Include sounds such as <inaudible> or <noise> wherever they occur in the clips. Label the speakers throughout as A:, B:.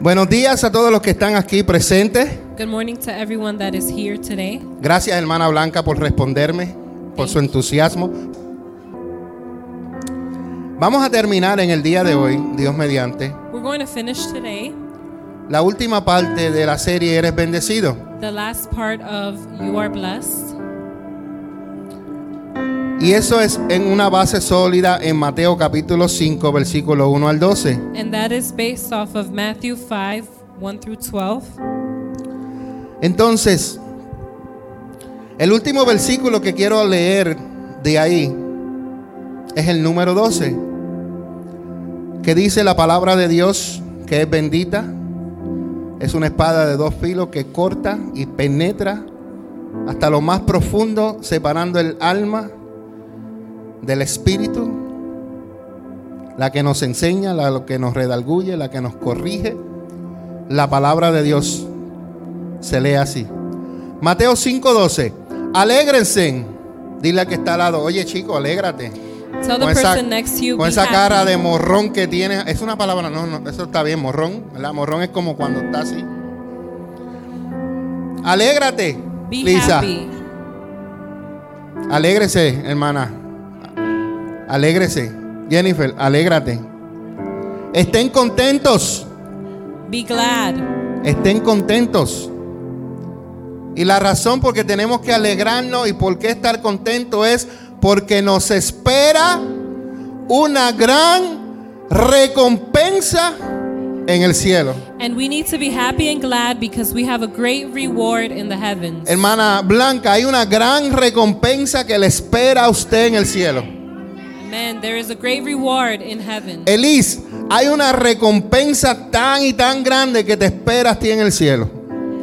A: Buenos días a todos los que están aquí presentes.
B: Good morning to everyone that is here today.
A: Gracias, hermana Blanca, por responderme, por su entusiasmo. Vamos a terminar en el día de hoy, Dios mediante,
B: We're going to finish today
A: la última parte de la serie Eres bendecido.
B: the last part of You Are Blessed.
A: Y eso es en una base sólida en Mateo capítulo 5, versículo 1 al 12.
B: And that is based off of Matthew 5 1 through 12.
A: Entonces, el último versículo que quiero leer de ahí es el número 12, que dice la palabra de Dios que es bendita, es una espada de dos filos que corta y penetra hasta lo más profundo, separando el alma del espíritu, la que nos enseña, la que nos redarguye, la que nos corrige, la palabra de Dios se lee así. Mateo 5:12. Alégrense. Dile al que está al lado, oye chico, alégrate.
B: Tell the person next to you,
A: con
B: "Be
A: esa
B: happy."
A: cara de morrón que tienes. Es una palabra, no, no, eso está bien, morrón. ¿verdad? Morrón es como cuando está así. Alégrate,
B: Be
A: Lisa.
B: happy.
A: Alégrese, hermana. Alégrese. Jennifer, alégrate. Estén contentos.
B: Be glad.
A: estén contentos. Y la razón por qué tenemos que alegrarnos y por qué estar contentos es porque nos espera una gran recompensa en el cielo.
B: And we need to be happy and glad because we have a great reward in the heavens.
A: Hermana Blanca, hay una gran recompensa que le espera a usted en el cielo.
B: Amen. There is a great reward in heaven.
A: Elis, hay una recompensa tan y tan grande que te espera a ti en el cielo.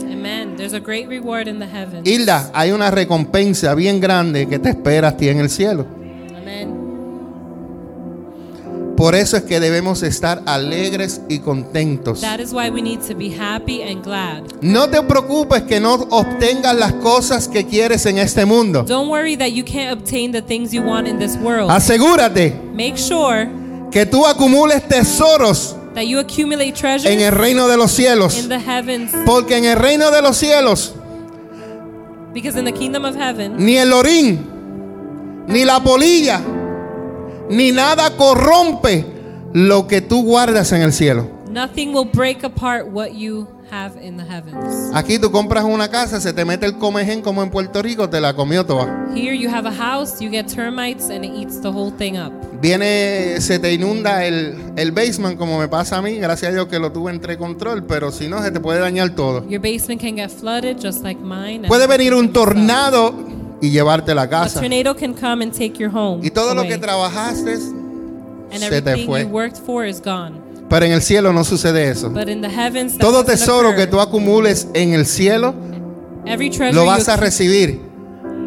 B: Amen. There's a great reward in the heavens.
A: Hilda, hay una recompensa bien grande que te espera a ti en el cielo.
B: Amen.
A: Por eso es que debemos estar alegres y contentos.
B: That is why we need to be happy and glad.
A: No te preocupes que no obtengas las cosas que quieres en este mundo.
B: Don't worry that you can't obtain the things you want in this world.
A: Asegúrate
B: Make sure
A: que tú acumules tesoros
B: that you accumulate treasures
A: en el reino de los cielos.
B: in the heavens
A: Porque en el reino de los cielos
B: because in the kingdom of heaven
A: ni el orín, ni la polilla, ni nada corrompe lo que tú guardas en el cielo.
B: nothing will break apart what you have in the heavens.
A: Aquí tú compras una casa, se te mete el comején como en Puerto Rico, te la comió toda.
B: Here you have a house, you get termites and it eats the whole thing up.
A: Viene, se te inunda el, el basement como me pasa a mí. Gracias a Dios que lo tuve entre control, pero si no, se te puede dañar todo.
B: Your basement can get flooded just like mine.
A: Puede venir un tornado y llevarte la
B: a
A: casa.
B: tornado can come and take your home.
A: Y todo lo
B: away.
A: que trabajaste,
B: and
A: se te
B: everything
A: fue.
B: you worked for is gone.
A: Pero en el cielo no sucede eso.
B: But in the heavens, that
A: Todo
B: doesn't
A: tesoro que
B: occur.
A: tú acumules en el cielo
B: every treasure
A: lo vas
B: you
A: a recibir.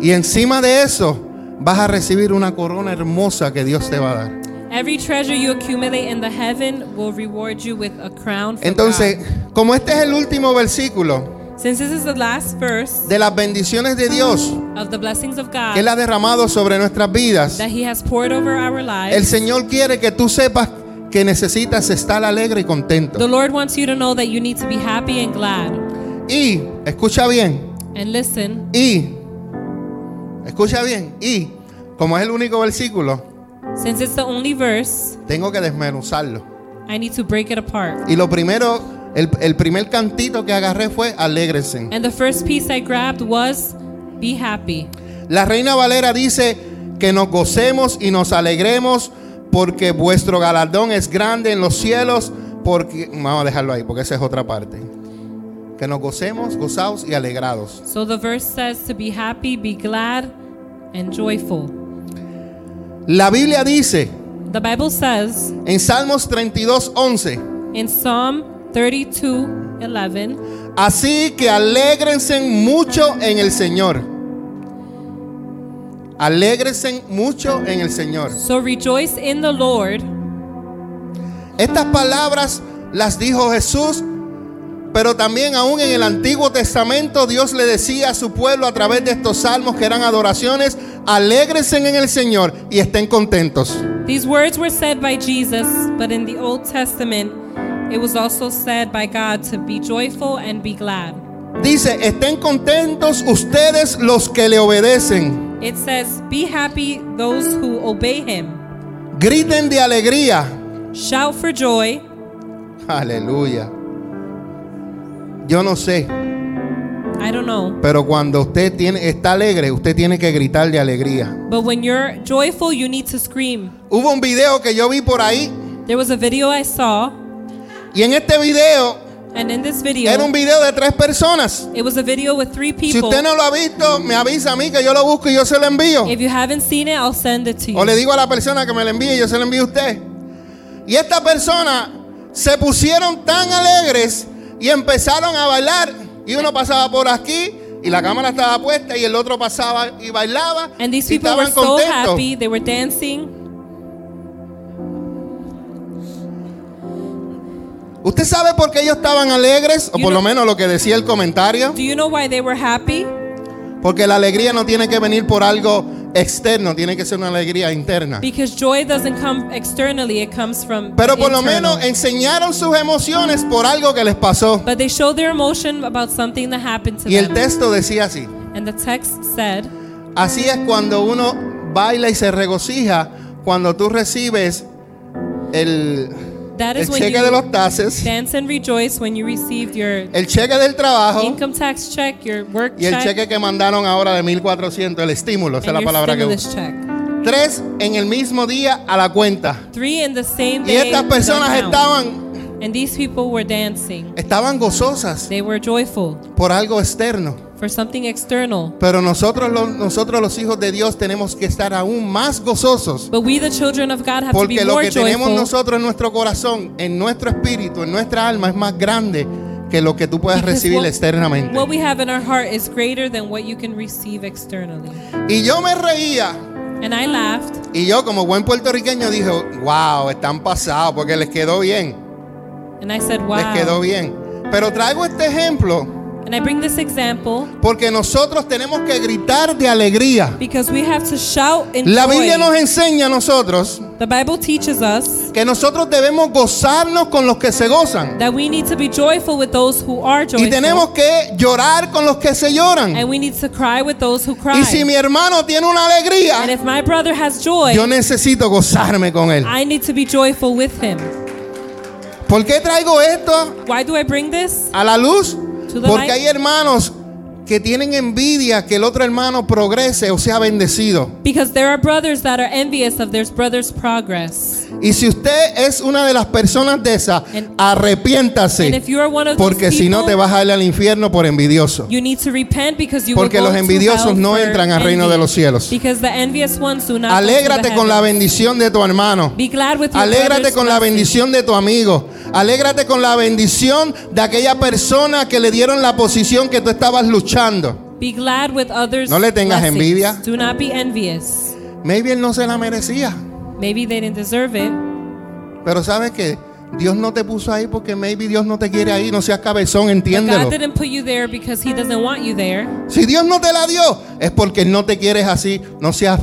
A: Y encima de eso vas a recibir una corona hermosa que Dios te va a dar.
B: Every treasure you accumulate in the heaven will reward you with a crown. From
A: Entonces,
B: God.
A: como este es el último versículo
B: since this is the last verse
A: de las bendiciones de Dios,
B: of the blessings of
A: que Él
B: God
A: ha derramado sobre nuestras vidas.
B: that He has poured over our
A: El
B: lives,
A: Señor quiere que tú sepas que necesitas estar alegre y
B: the
A: contento.
B: Lord wants you to know that you need to be happy and glad.
A: Y, escucha bien,
B: And listen,
A: y, escucha bien, y, como es el único versículo,
B: since it's the only verse,
A: tengo que desmenuzarlo.
B: I need to break it apart.
A: Y lo primero, el, el primer cantito que agarré fue alégrense.
B: And the first piece I grabbed was be happy.
A: La Reina Valera dice que nos gocemos y nos alegremos porque vuestro galardón es grande en los cielos. Porque vamos a dejarlo ahí, porque esa es otra parte. Que nos gocemos, gozados y alegrados.
B: So the verse says to be happy, be glad, and joyful.
A: La Biblia dice
B: The Bible says
A: en Salmos 32, 11:
B: in Psalm 32 11,
A: Así que alégrense mucho en el Señor. Alégrense mucho en el Señor.
B: So rejoice in the Lord.
A: Estas palabras las dijo Jesús, pero también aún en el Antiguo Testamento Dios le decía a su pueblo a través de estos salmos que eran adoraciones, alégrense en el Señor y estén contentos.
B: These words were said by Jesus, but in the Old Testament, It was also said by God to be joyful and be glad.
A: Dice, estén contentos ustedes los que le obedecen.
B: It says, Be happy those who obey him.
A: Griten de alegría.
B: Shout for joy.
A: Aleluya. Yo no sé,
B: I don't know.
A: pero cuando usted tiene, está alegre, usted tiene que gritar de alegría.
B: But when you're joyful, you need to scream.
A: Hubo un video que yo vi por ahí
B: There was a video I saw,
A: y en este video
B: and in this
A: era un
B: video,
A: video de tres personas.
B: it was a video with three
A: Si
B: people.
A: usted no lo ha visto, me avisa a mí que yo lo busco y yo se lo envío.
B: If you haven't seen it, I'll send it to
A: O le
B: you.
A: digo a la persona que me la envíe, yo se la envío a usted. Y esta persona se pusieron tan alegres y empezaron a bailar. Y uno pasaba por aquí y la cámara estaba puesta y el otro pasaba y bailaba.
B: And these
A: y
B: people were
A: estaban
B: so
A: contentos.
B: happy. They were dancing.
A: ¿Usted sabe por qué ellos estaban alegres? O
B: You
A: por lo
B: know-
A: menos lo que decía el comentario.
B: Do you know why they were happy?
A: Porque la alegría no tiene que venir por algo externo, tiene que ser una alegría interna.
B: Because joy doesn't come externally, it comes from
A: Pero por lo
B: internal.
A: menos enseñaron sus emociones por algo que les pasó.
B: But they showed their emotion about something that happened to
A: Y el
B: them.
A: texto decía así.
B: And the text said,
A: Así es cuando uno baila y se regocija cuando tú recibes el,
B: That is
A: el
B: when
A: cheque
B: you
A: de los taxes,
B: dance and rejoice when you received your
A: el cheque del trabajo
B: income tax check, your work
A: y el
B: check,
A: cheque que mandaron ahora de 1400, el estímulo, esa es
B: and
A: la
B: your
A: palabra que uso.
B: stimulus check.
A: Tres en el mismo día a la cuenta.
B: Three in the same
A: Y
B: day.
A: estas personas
B: without count.
A: estaban
B: And these people were dancing.
A: estaban gozosas
B: They were joyful
A: por algo externo.
B: for something external.
A: Pero nosotros los, nosotros los hijos de Dios tenemos que estar aún más gozosos
B: But we, the children of God, have to be
A: Porque lo
B: more
A: que tenemos
B: joyful
A: nosotros en nuestro corazón, en nuestro espíritu, en nuestra alma es más grande que lo que tú puedas
B: because
A: recibir
B: what-
A: externamente.
B: What we have in our heart is greater than what you can receive externally.
A: Y yo me reía
B: And I laughed,
A: y yo como buen puertorriqueño dije, wow, están pasados porque les quedó bien,
B: and I said,
A: les quedó
B: "Wow."
A: bien. Pero traigo este ejemplo
B: And I bring this example
A: porque nosotros tenemos que gritar de alegría.
B: because we have to shout in
A: La
B: joy.
A: Biblia nos enseña a nosotros
B: The Bible teaches us
A: que nosotros debemos gozarnos con los que se gozan
B: that we need to be joyful with those who are joyful.
A: y tenemos que llorar con los que se lloran.
B: and we need to cry with those who cry.
A: Y si mi hermano tiene una
B: and
A: alegría,
B: if my brother has joy,
A: yo necesito gozarme con él.
B: I need to be joyful with him.
A: ¿Por qué traigo esto
B: Why do I bring this?
A: a la luz?
B: To the
A: Porque
B: light.
A: hay hermanos que tienen envidia que el otro hermano progrese o sea bendecido.
B: Because there are brothers that are envious of their brother's progress.
A: Y si usted es una de las personas de esas,
B: And- And
A: arrepiéntase.
B: if you are one of
A: Porque
B: those
A: si no te
B: people,
A: vas a ir al infierno por envidioso.
B: you need to repent because you
A: Porque
B: will
A: los
B: go to
A: envidiosos
B: hell
A: no
B: for
A: entran al reino
B: envy.
A: de los cielos.
B: Because the envious ones do not go to the
A: Alégrate con la
B: heavens.
A: bendición de tu hermano.
B: Be glad with your
A: Alégrate
B: brother's
A: con la
B: blessing.
A: bendición de tu amigo. Alégrate con la bendición de aquella persona que le dieron la posición que tú estabas luchando.
B: Be glad with others.
A: No le tengas
B: blessings.
A: envidia.
B: Do not be envious.
A: Maybe él no se la merecía.
B: Maybe they didn't deserve it.
A: Pero sabes que Dios no te puso ahí porque maybe Dios no te quiere ahí. No seas cabezón,
B: But God
A: entiéndelo.
B: didn't put you there because He doesn't want you there.
A: Si Dios no te la dio, es porque no te quieres así. No seas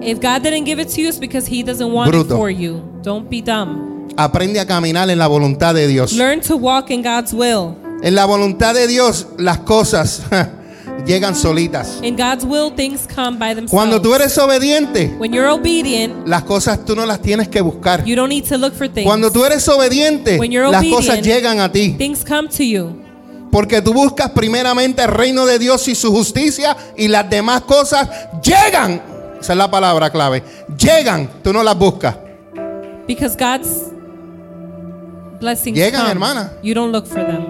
B: If God didn't give it to you, it's because He doesn't want
A: Bruto.
B: it for you. Don't be dumb.
A: aprende a caminar en la voluntad de Dios.
B: Learn to walk in God's will.
A: En la voluntad de Dios las cosas <laughs> llegan solitas.
B: In God's will, things come by themselves.
A: Cuando tú eres obediente,
B: when you're obedient,
A: las cosas tú no las tienes que buscar.
B: you don't need to look for things.
A: Cuando tú eres obediente,
B: When you're
A: las
B: obedient,
A: cosas llegan a ti.
B: things come to you
A: Porque tú buscas primeramente el reino de Dios y su justicia y las demás cosas llegan. Esa es la palabra clave. Llegan, tú no las buscas.
B: because God's blessings
A: Llegan,
B: come.
A: hermana.
B: You don't look for them.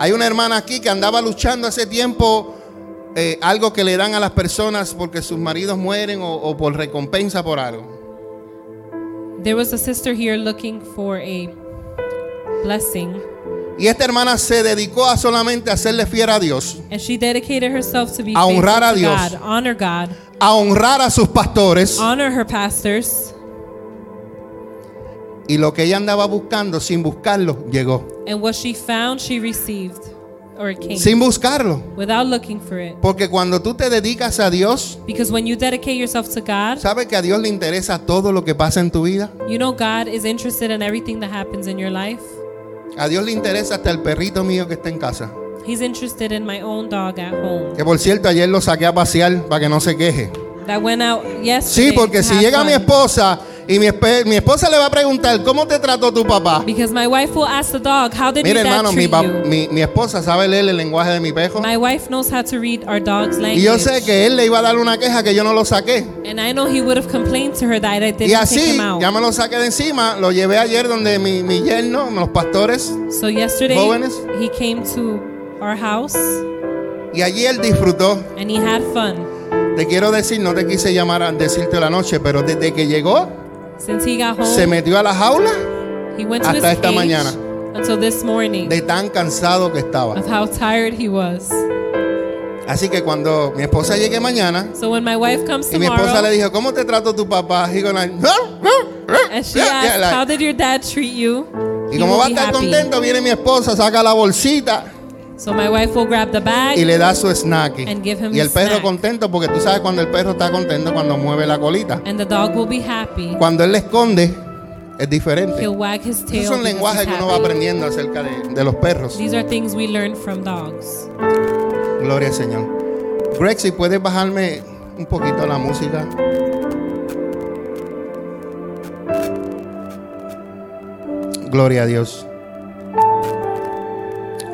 A: Hay una hermana aquí que andaba luchando hace tiempo eh, algo que le dan a las personas porque sus maridos mueren o, o por recompensa por algo.
B: There was a sister here looking for a blessing.
A: Y esta hermana se dedicó a solamente hacerle fiel a Dios,
B: And she dedicated herself to be
A: A honrar
B: faithful
A: a
B: to
A: Dios.
B: God, honor God,
A: a honrar a sus pastores.
B: honor her pastors,
A: Y lo que ella andaba buscando sin buscarlo, llegó.
B: and what she found, she received or it came
A: Sin buscarlo.
B: without looking for it.
A: Porque cuando tú te dedicas a Dios,
B: Because when you dedicate yourself to God,
A: ¿Sabe que a Dios le interesa todo lo que pasa en tu vida?
B: you know God is interested in everything that happens in your life.
A: A Dios le interesa hasta el perrito mío que está en casa.
B: He's interested in my own dog at home
A: Que por cierto, ayer lo saqué a pasear para que no se queje.
B: that went out yesterday.
A: Sí, porque
B: to
A: si
B: have
A: llega mi
B: fun.
A: esposa y mi, espe- mi esposa le va a preguntar, ¿cómo te trató tu papá?
B: Because my wife will ask the dog, "How did
A: Mira
B: your dad
A: hermano, mi,
B: treat
A: pa-
B: you?"
A: mi, mi esposa sabe leer el lenguaje de mi pejo.
B: My wife knows how to read our dog's language.
A: Y yo sé que él le iba a dar una queja que yo no lo saqué.
B: And I know he would have complained to her that I didn't
A: Y
B: take
A: así,
B: him out.
A: ya me lo saqué de encima. Lo llevé ayer donde mi, mi yerno, los pastores.
B: So yesterday
A: Jóvenes.
B: he came to our house
A: Y allí él disfrutó.
B: and he had fun.
A: Te quiero decir, no te quise llamar a decirte la noche, pero desde que llegó,
B: Since he got
A: se
B: home,
A: metió a la jaula
B: he went to his
A: hasta esta
B: cage
A: mañana.
B: until this morning
A: de tan cansado que estaba.
B: of how tired he was.
A: Así que cuando mi esposa llegue mañana
B: So when my wife comes
A: y mi esposa le
B: tomorrow
A: dijo, ¿cómo te trató tu papá? Y,
B: and she asks, "How did your dad treat you?"
A: y
B: He
A: como
B: will
A: va a
B: be
A: estar
B: happy.
A: contento, viene mi esposa, saca la bolsita
B: So my wife will grab the
A: y
B: bag
A: le da su snack.
B: And give him
A: Y el
B: his
A: perro
B: snack.
A: contento, porque tú sabes cuando el perro está contento, cuando mueve la colita.
B: and the dog will be happy.
A: Cuando él le esconde, es diferente.
B: He'll wag his tail.
A: Esos son
B: because
A: lenguajes
B: he's
A: que uno va
B: happy.
A: aprendiendo acerca de, de los perros.
B: These are things we learn from dogs.
A: Gloria al Señor. Greg, si puedes bajarme un poquito la música. Gloria a Dios.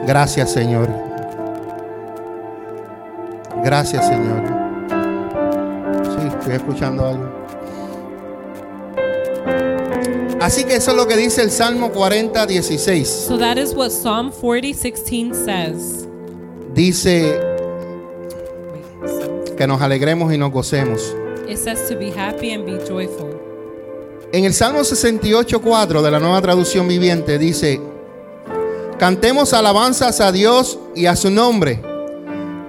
A: Gracias, Señor. Gracias, Señor. Sí, estoy escuchando algo. Así que eso es lo que dice el Salmo 40, 16.
B: So that is what Psalm 40:16 says.
A: Dice que nos alegremos y nos gocemos.
B: It says to be happy and be joyful.
A: En el Salmo 68.4 de la nueva traducción viviente dice, cantemos alabanzas a Dios y a su nombre.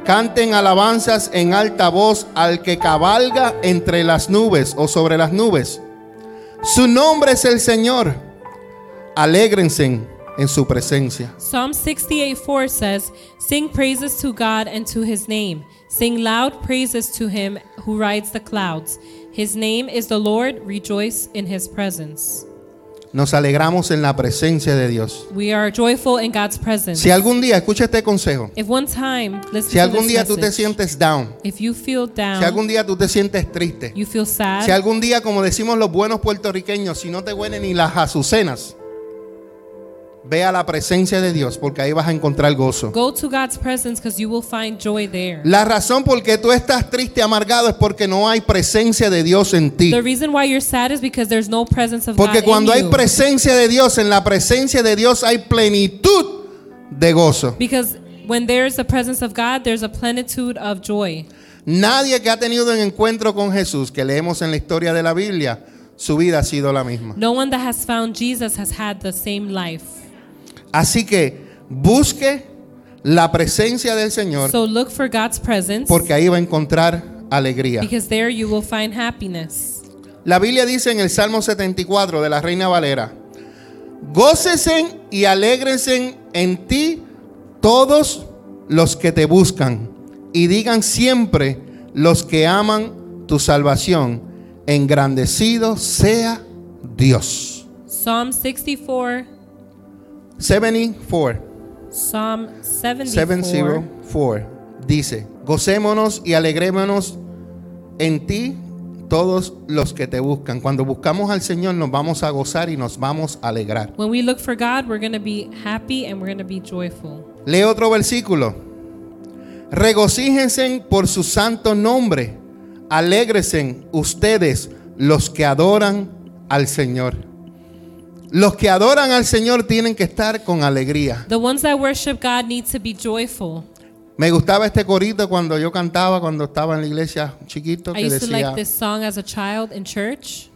A: Canten alabanzas en alta voz al que cabalga entre las nubes o sobre las nubes. Su nombre es el Señor. Alégrense en su presencia.
B: Psalm 68:4 says, "Sing praises to God and to his name. Sing loud praises to him who rides the clouds. His name is the Lord. Rejoice in his presence."
A: Nos alegramos en la presencia de Dios.
B: We are joyful in God's presence.
A: Si algún día, escucha este consejo,
B: if one time, listen
A: si
B: to
A: algún
B: this
A: día tú te
B: message.
A: sientes down,
B: if you feel down,
A: si algún día tú te sientes triste,
B: you feel sad,
A: Si algún día, como decimos los buenos puertorriqueños, si no te huelen ni las azucenas, ve a la presencia de Dios porque ahí vas a encontrar gozo.
B: Go to God's presence because you will find joy there.
A: La razón por qué tú estás triste, amargado, es porque no hay presencia de Dios en ti.
B: The reason why you're sad is because there's no presence of
A: Porque
B: God
A: cuando hay
B: in you.
A: presencia de Dios, en la presencia de Dios hay plenitud de gozo.
B: Because when there's the presence of God, there's a plenitude of joy.
A: Nadie que ha tenido un encuentro con Jesús, que leemos en la historia de la Biblia, su vida ha sido la misma.
B: No one that has found Jesus has had the same life.
A: Así que busque la presencia del Señor
B: So look for God's presence
A: porque ahí va a encontrar alegría.
B: because there you will find happiness.
A: La Biblia dice en el Salmo 74 de la Reina Valera, gócesen y alégrense en ti todos los que te buscan y digan siempre los que aman tu salvación, engrandecido sea Dios.
B: Psalm 64,
A: 74.
B: Psalm 74.
A: 704 dice, gocémonos y alegrémonos en ti todos los que te buscan. Cuando buscamos al Señor nos vamos a gozar y nos vamos a alegrar.
B: When we look for God, we're going to be happy and we're going to be joyful.
A: Lee otro versículo. Regocíjense por su santo nombre. Alégresen ustedes los que adoran al Señor. Los que adoran al Señor tienen que estar con alegría.
B: The ones that worship God need to be joyful.
A: Me gustaba este corito cuando yo cantaba, cuando estaba en la iglesia chiquito,
B: I
A: que
B: used to
A: decía,
B: like this song as a child in church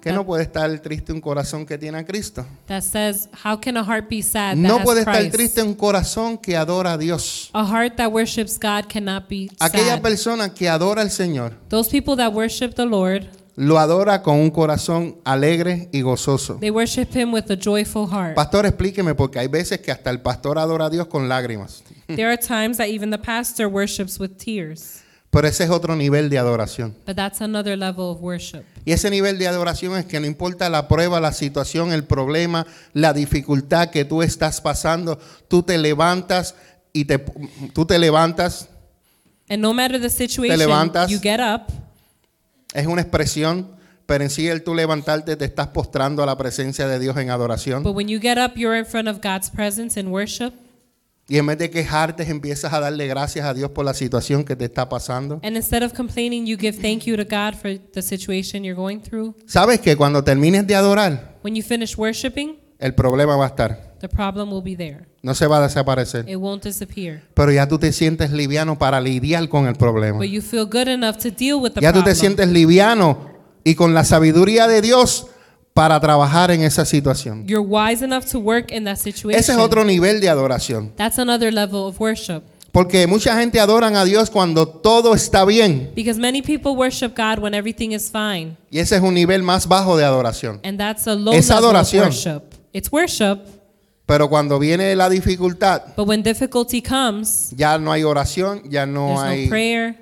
A: que
B: Ah.
A: no puede estar triste un corazón que tiene a Cristo.
B: that says, How can a heart be sad? That
A: No
B: has
A: puede estar
B: Christ?
A: triste un corazón que adora a Dios.
B: A heart that worships God cannot be
A: Aquella
B: sad.
A: persona que adora al Señor,
B: Those people that worship the Lord,
A: lo adora con un corazón alegre y gozoso.
B: they worship Him with a joyful heart. <laughs>
A: Pastor, explíqueme, porque hay veces que hasta el pastor adora a Dios con lágrimas.
B: there are times that even the pastor worships with tears.
A: Pero ese es otro nivel de adoración.
B: But that's another level of worship.
A: Y ese nivel de adoración es que no importa la prueba, la situación, el problema, la dificultad que tú estás pasando, tú te levantas y te tú te levantas,
B: And no matter the situation,
A: levantas.
B: you get up.
A: es una expresión, pero en sí el tú levantarte te estás postrando a la presencia de Dios en
B: But
A: adoración.
B: when you get up, you're in front of God's presence in worship.
A: Y en vez de quejarte empiezas a darle gracias a Dios por la situación que te está pasando.
B: And instead of complaining, you give thank you to God for the situation you're going through.
A: Sabes que cuando termines de adorar,
B: When you finish worshiping,
A: el problema va a estar,
B: the problem will be there.
A: no se va a desaparecer.
B: It won't disappear.
A: Pero ya tú te sientes liviano para lidiar con el problema.
B: But you feel good enough to deal with the
A: Ya tú te
B: problem.
A: sientes liviano y con la sabiduría de Dios para trabajar en esa situación.
B: You're wise enough to work in that situation.
A: Ese es otro nivel de adoración.
B: That's another level of worship.
A: Porque mucha gente adoran a Dios cuando todo está bien.
B: Because many people worship God when everything is fine.
A: Y ese es un nivel más bajo de adoración.
B: And that's a low
A: Es
B: level
A: adoración.
B: of worship. It's worship,
A: Pero cuando viene la dificultad,
B: but when difficulty comes,
A: ya no hay oración, ya no
B: there's no
A: hay,
B: prayer,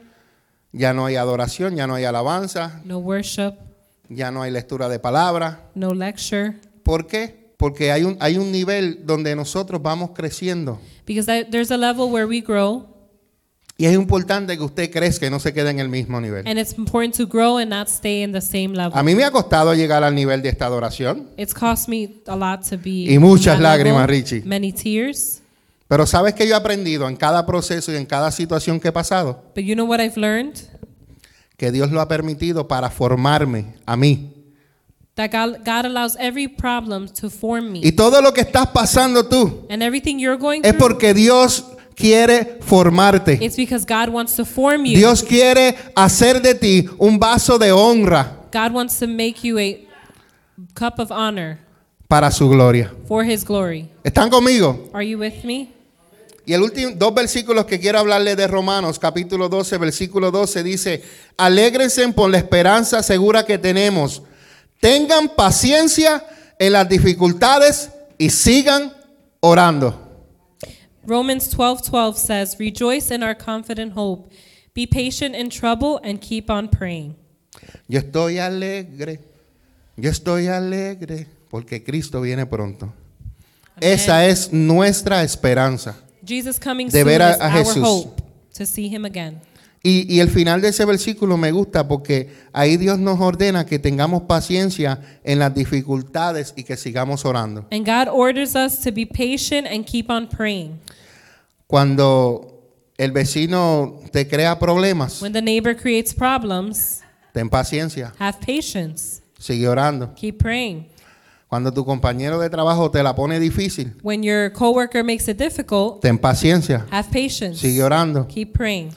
A: ya no hay adoración, ya no hay alabanza,
B: no worship,
A: ya no hay lectura de palabras.
B: no lecture.
A: ¿Por qué? Porque hay un, hay un nivel donde nosotros vamos creciendo.
B: Because that, there's a level where we grow,
A: Y es importante que usted crezca y no se quede en el mismo nivel.
B: and it's important to grow and not stay in the same level.
A: A mí me ha costado llegar al nivel de esta adoración,
B: It's cost me a lot to be.
A: Y muchas
B: at that
A: lágrimas,
B: level,
A: Richie.
B: Many tears.
A: pero sabes que yo he aprendido en cada proceso y en cada situación que he pasado,
B: But you know what I've learned?
A: que Dios lo ha permitido para formarme a mí.
B: That God, God allows every problem to form me.
A: Y todo lo que estás pasando tú
B: and everything you're going
A: es
B: through,
A: porque Dios quiere formarte.
B: it's because God wants to form you.
A: Dios quiere hacer de ti un vaso de honra
B: God wants to make you a cup of honor
A: para su gloria.
B: for His glory.
A: ¿Están conmigo?
B: Are you with me?
A: Y el último, dos versículos que quiero hablarle de Romanos, capítulo 12, versículo 12, dice, alégrense por la esperanza segura que tenemos. Tengan paciencia en las dificultades y sigan orando.
B: Romans 12:12 says, "Rejoice in our confident hope. Be patient in trouble and keep on praying."
A: Yo estoy alegre, yo estoy alegre, porque Cristo viene pronto. Esa es nuestra esperanza.
B: Jesus coming
A: De
B: soon
A: ver a-
B: is
A: a Jesús.
B: our hope to see him again.
A: Y, y el final de ese versículo me gusta porque ahí Dios nos ordena que tengamos paciencia en las dificultades y que sigamos orando.
B: And God orders us to be patient and keep on praying.
A: Cuando el vecino te crea problemas,
B: When the neighbor creates problems,
A: ten paciencia,
B: have patience.
A: sigue orando.
B: Keep praying.
A: Cuando tu compañero de trabajo te la pone difícil,
B: When your coworker makes it difficult,
A: ten paciencia,
B: have patience.
A: sigue orando.
B: Keep praying.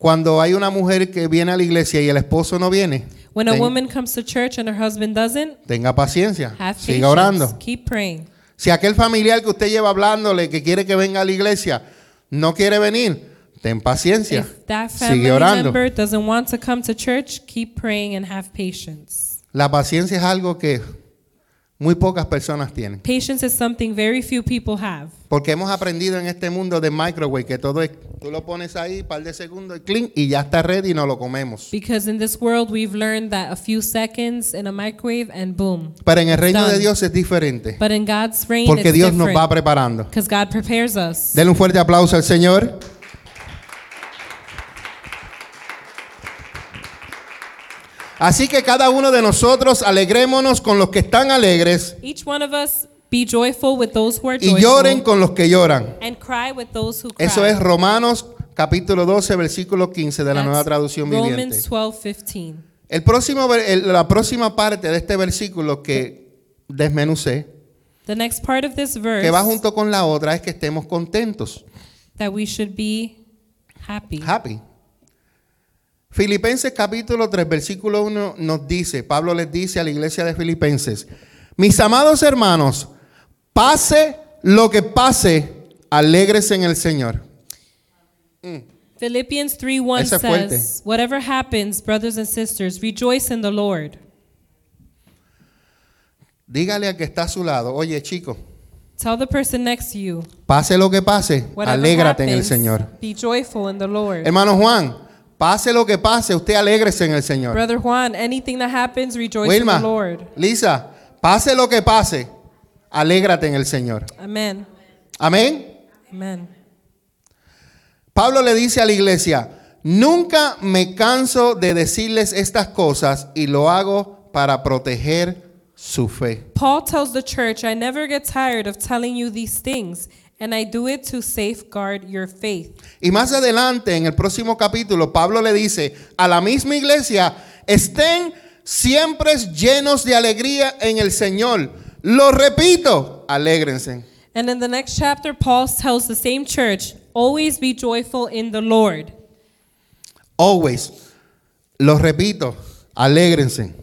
A: Cuando hay una mujer que viene a la iglesia y el esposo no viene,
B: When a
A: ten-
B: woman comes to church and her husband doesn't,
A: tenga paciencia,
B: have patience.
A: siga orando.
B: Keep praying.
A: Si aquel familiar que usted lleva hablándole que quiere que venga a la iglesia no quiere venir, ten paciencia,
B: If that family
A: sigue orando.
B: member doesn't want to come to church, keep praying and have patience.
A: La paciencia es algo que muy pocas personas tienen.
B: Patience is something very few people have.
A: Porque hemos aprendido en este mundo de microwave que todo es, tú lo pones ahí, par de segundos, y clean, y ya está ready y no lo comemos.
B: Because in this world, we've learned that a few seconds in a microwave and boom.
A: Pero en el reino de
B: Done.
A: Dios es diferente.
B: But in God's reign,
A: Porque
B: it's
A: Dios nos va
B: different.
A: preparando.
B: Because God prepares us.
A: Denle un fuerte aplauso al Señor. Así que cada uno de nosotros alegrémonos con los que están alegres
B: Each one of us be joyful with those who are
A: y
B: joyful
A: lloren con los que lloran.
B: and cry with those who cry.
A: Eso es Romanos capítulo 12, versículo 15 de la
B: That's
A: nueva traducción viviente.
B: Romans 12:15.
A: El próximo, ver- el- la próxima parte de este versículo que desmenucé,
B: The next part of this
A: que va
B: verse
A: junto con la otra, es que estemos contentos.
B: that we should be happy.
A: Happy. Filipenses capítulo 3, versículo 1 nos dice, Pablo les dice a la iglesia de Filipenses, mis amados hermanos, pase lo que pase, alegres en el Señor.
B: Philippians 3:1
A: Esa es fuerte.
B: says, "Whatever happens, brothers and sisters, rejoice in the Lord."
A: Dígale al que está a su lado, oye chico,
B: Tell the person next to you,
A: pase lo que pase,
B: "Whatever
A: alégrate en el
B: happens,
A: Señor.
B: be joyful in the Lord."
A: Hermano Juan, Pase lo que pase, usted alégrese en el Señor.
B: Brother Juan, anything that happens, rejoice in
A: Wilma,
B: the Lord.
A: Lisa, pase lo que pase, alégrate en el Señor.
B: Amen.
A: Amén.
B: Amen.
A: Pablo le dice a la iglesia, nunca me canso de decirles estas cosas y lo hago para proteger su fe.
B: Paul tells the church, I never get tired of telling you these things, and I do it to safeguard your faith.
A: Y más adelante, en el próximo capítulo, Pablo le dice a la misma iglesia, estén siempre llenos de alegría en el Señor. Lo repito, alégrense.
B: And in the next chapter, Paul tells the same church, always be joyful in the Lord.
A: Always. Lo repito, alégrense.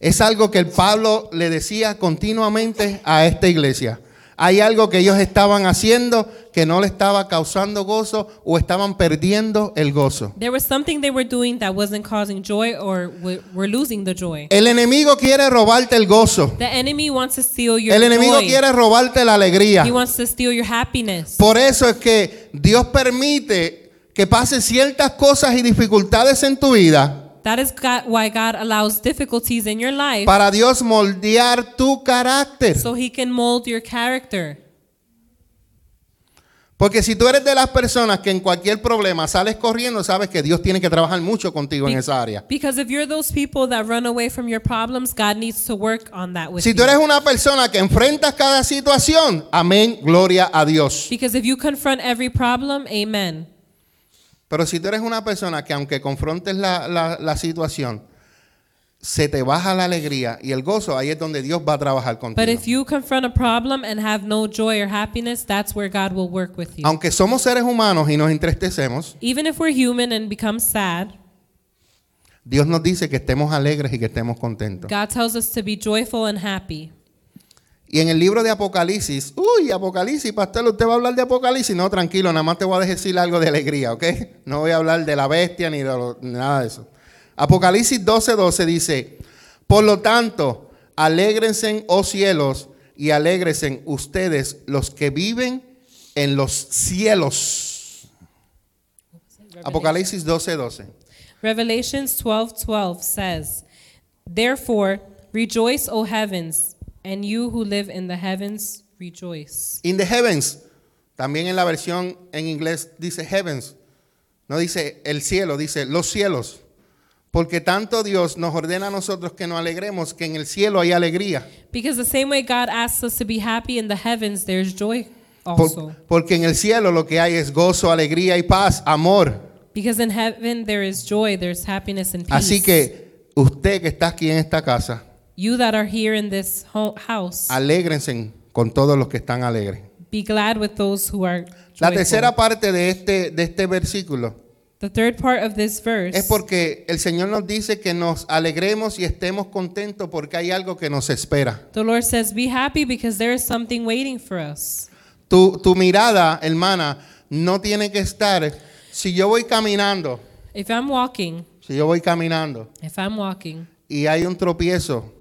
A: Es algo que el Pablo le decía continuamente a esta iglesia. Hay algo que ellos estaban haciendo que no le estaba causando gozo o estaban perdiendo el gozo.
B: There was something they were doing that wasn't causing joy or w- were losing the joy.
A: El enemigo quiere robarte el gozo.
B: The enemy wants to steal your
A: El enemigo
B: joy.
A: quiere robarte la alegría.
B: He wants to steal your happiness.
A: Por eso es que Dios permite que pasen ciertas cosas y dificultades en tu vida
B: That is God, why God allows difficulties in your life
A: para Dios moldear tu carácter.
B: so he can mold your character.
A: Porque si tú eres de las personas que en cualquier problema sales corriendo, sabes que Dios tiene que trabajar mucho contigo en esa área.
B: Because if you're those people that run away from your problems, God needs to work on that with
A: Si tú
B: you.
A: eres una persona que enfrentas cada situación, amén, gloria a Dios.
B: Because if you confront every problem, amen.
A: Pero si tú eres una persona que aunque confrontes la, la- la situación, se te baja la alegría y el gozo, ahí es donde Dios va a trabajar
B: But
A: contigo.
B: if you confront a problem and have no joy or happiness, that's where God will work with you.
A: Aunque somos seres humanos y nos entristecemos,
B: Even if we're human and become sad,
A: Dios nos dice que estemos alegres y que estemos contentos.
B: God tells us to be joyful and happy.
A: Y en el libro de Apocalipsis, uy, Apocalipsis, pastor, usted va a hablar de Apocalipsis. No, tranquilo, nada más te voy a decir algo de alegría, ¿ok? No voy a hablar de la bestia ni de lo- nada de eso. Apocalipsis 12:12 dice, por lo tanto, alégrense, oh cielos, y alégrense ustedes los que viven en los cielos. Apocalipsis 12:12.
B: Revelations 12:12 says, "Therefore rejoice, O heavens, and you who live in the heavens, rejoice."
A: In the heavens. También en la versión en inglés dice heavens. No dice el cielo, dice los cielos. Porque tanto Dios nos ordena a nosotros que nos alegremos, que en el cielo hay alegría.
B: Because the same way God asks us to be happy in the heavens, there's joy
A: Por-
B: also.
A: porque en el cielo lo que hay es gozo, alegría y paz, amor.
B: Because in heaven there is joy, there's happiness and peace.
A: Así que usted que está aquí en esta casa,
B: you that are here in this ho- house,
A: alégrense con todos los que están alegres.
B: be glad with those who are
A: La
B: joyful.
A: tercera parte de este, de este versículo
B: The third part of this verse
A: Es porque el Señor nos dice que nos alegremos y estemos contentos porque hay algo que nos espera.
B: The Lord says, "Be happy because there is something waiting for us."
A: Tu, tu mirada, hermana, no tiene que estar. Si yo voy caminando,
B: If I'm walking,
A: si yo voy caminando
B: if I'm walking,
A: y hay un tropiezo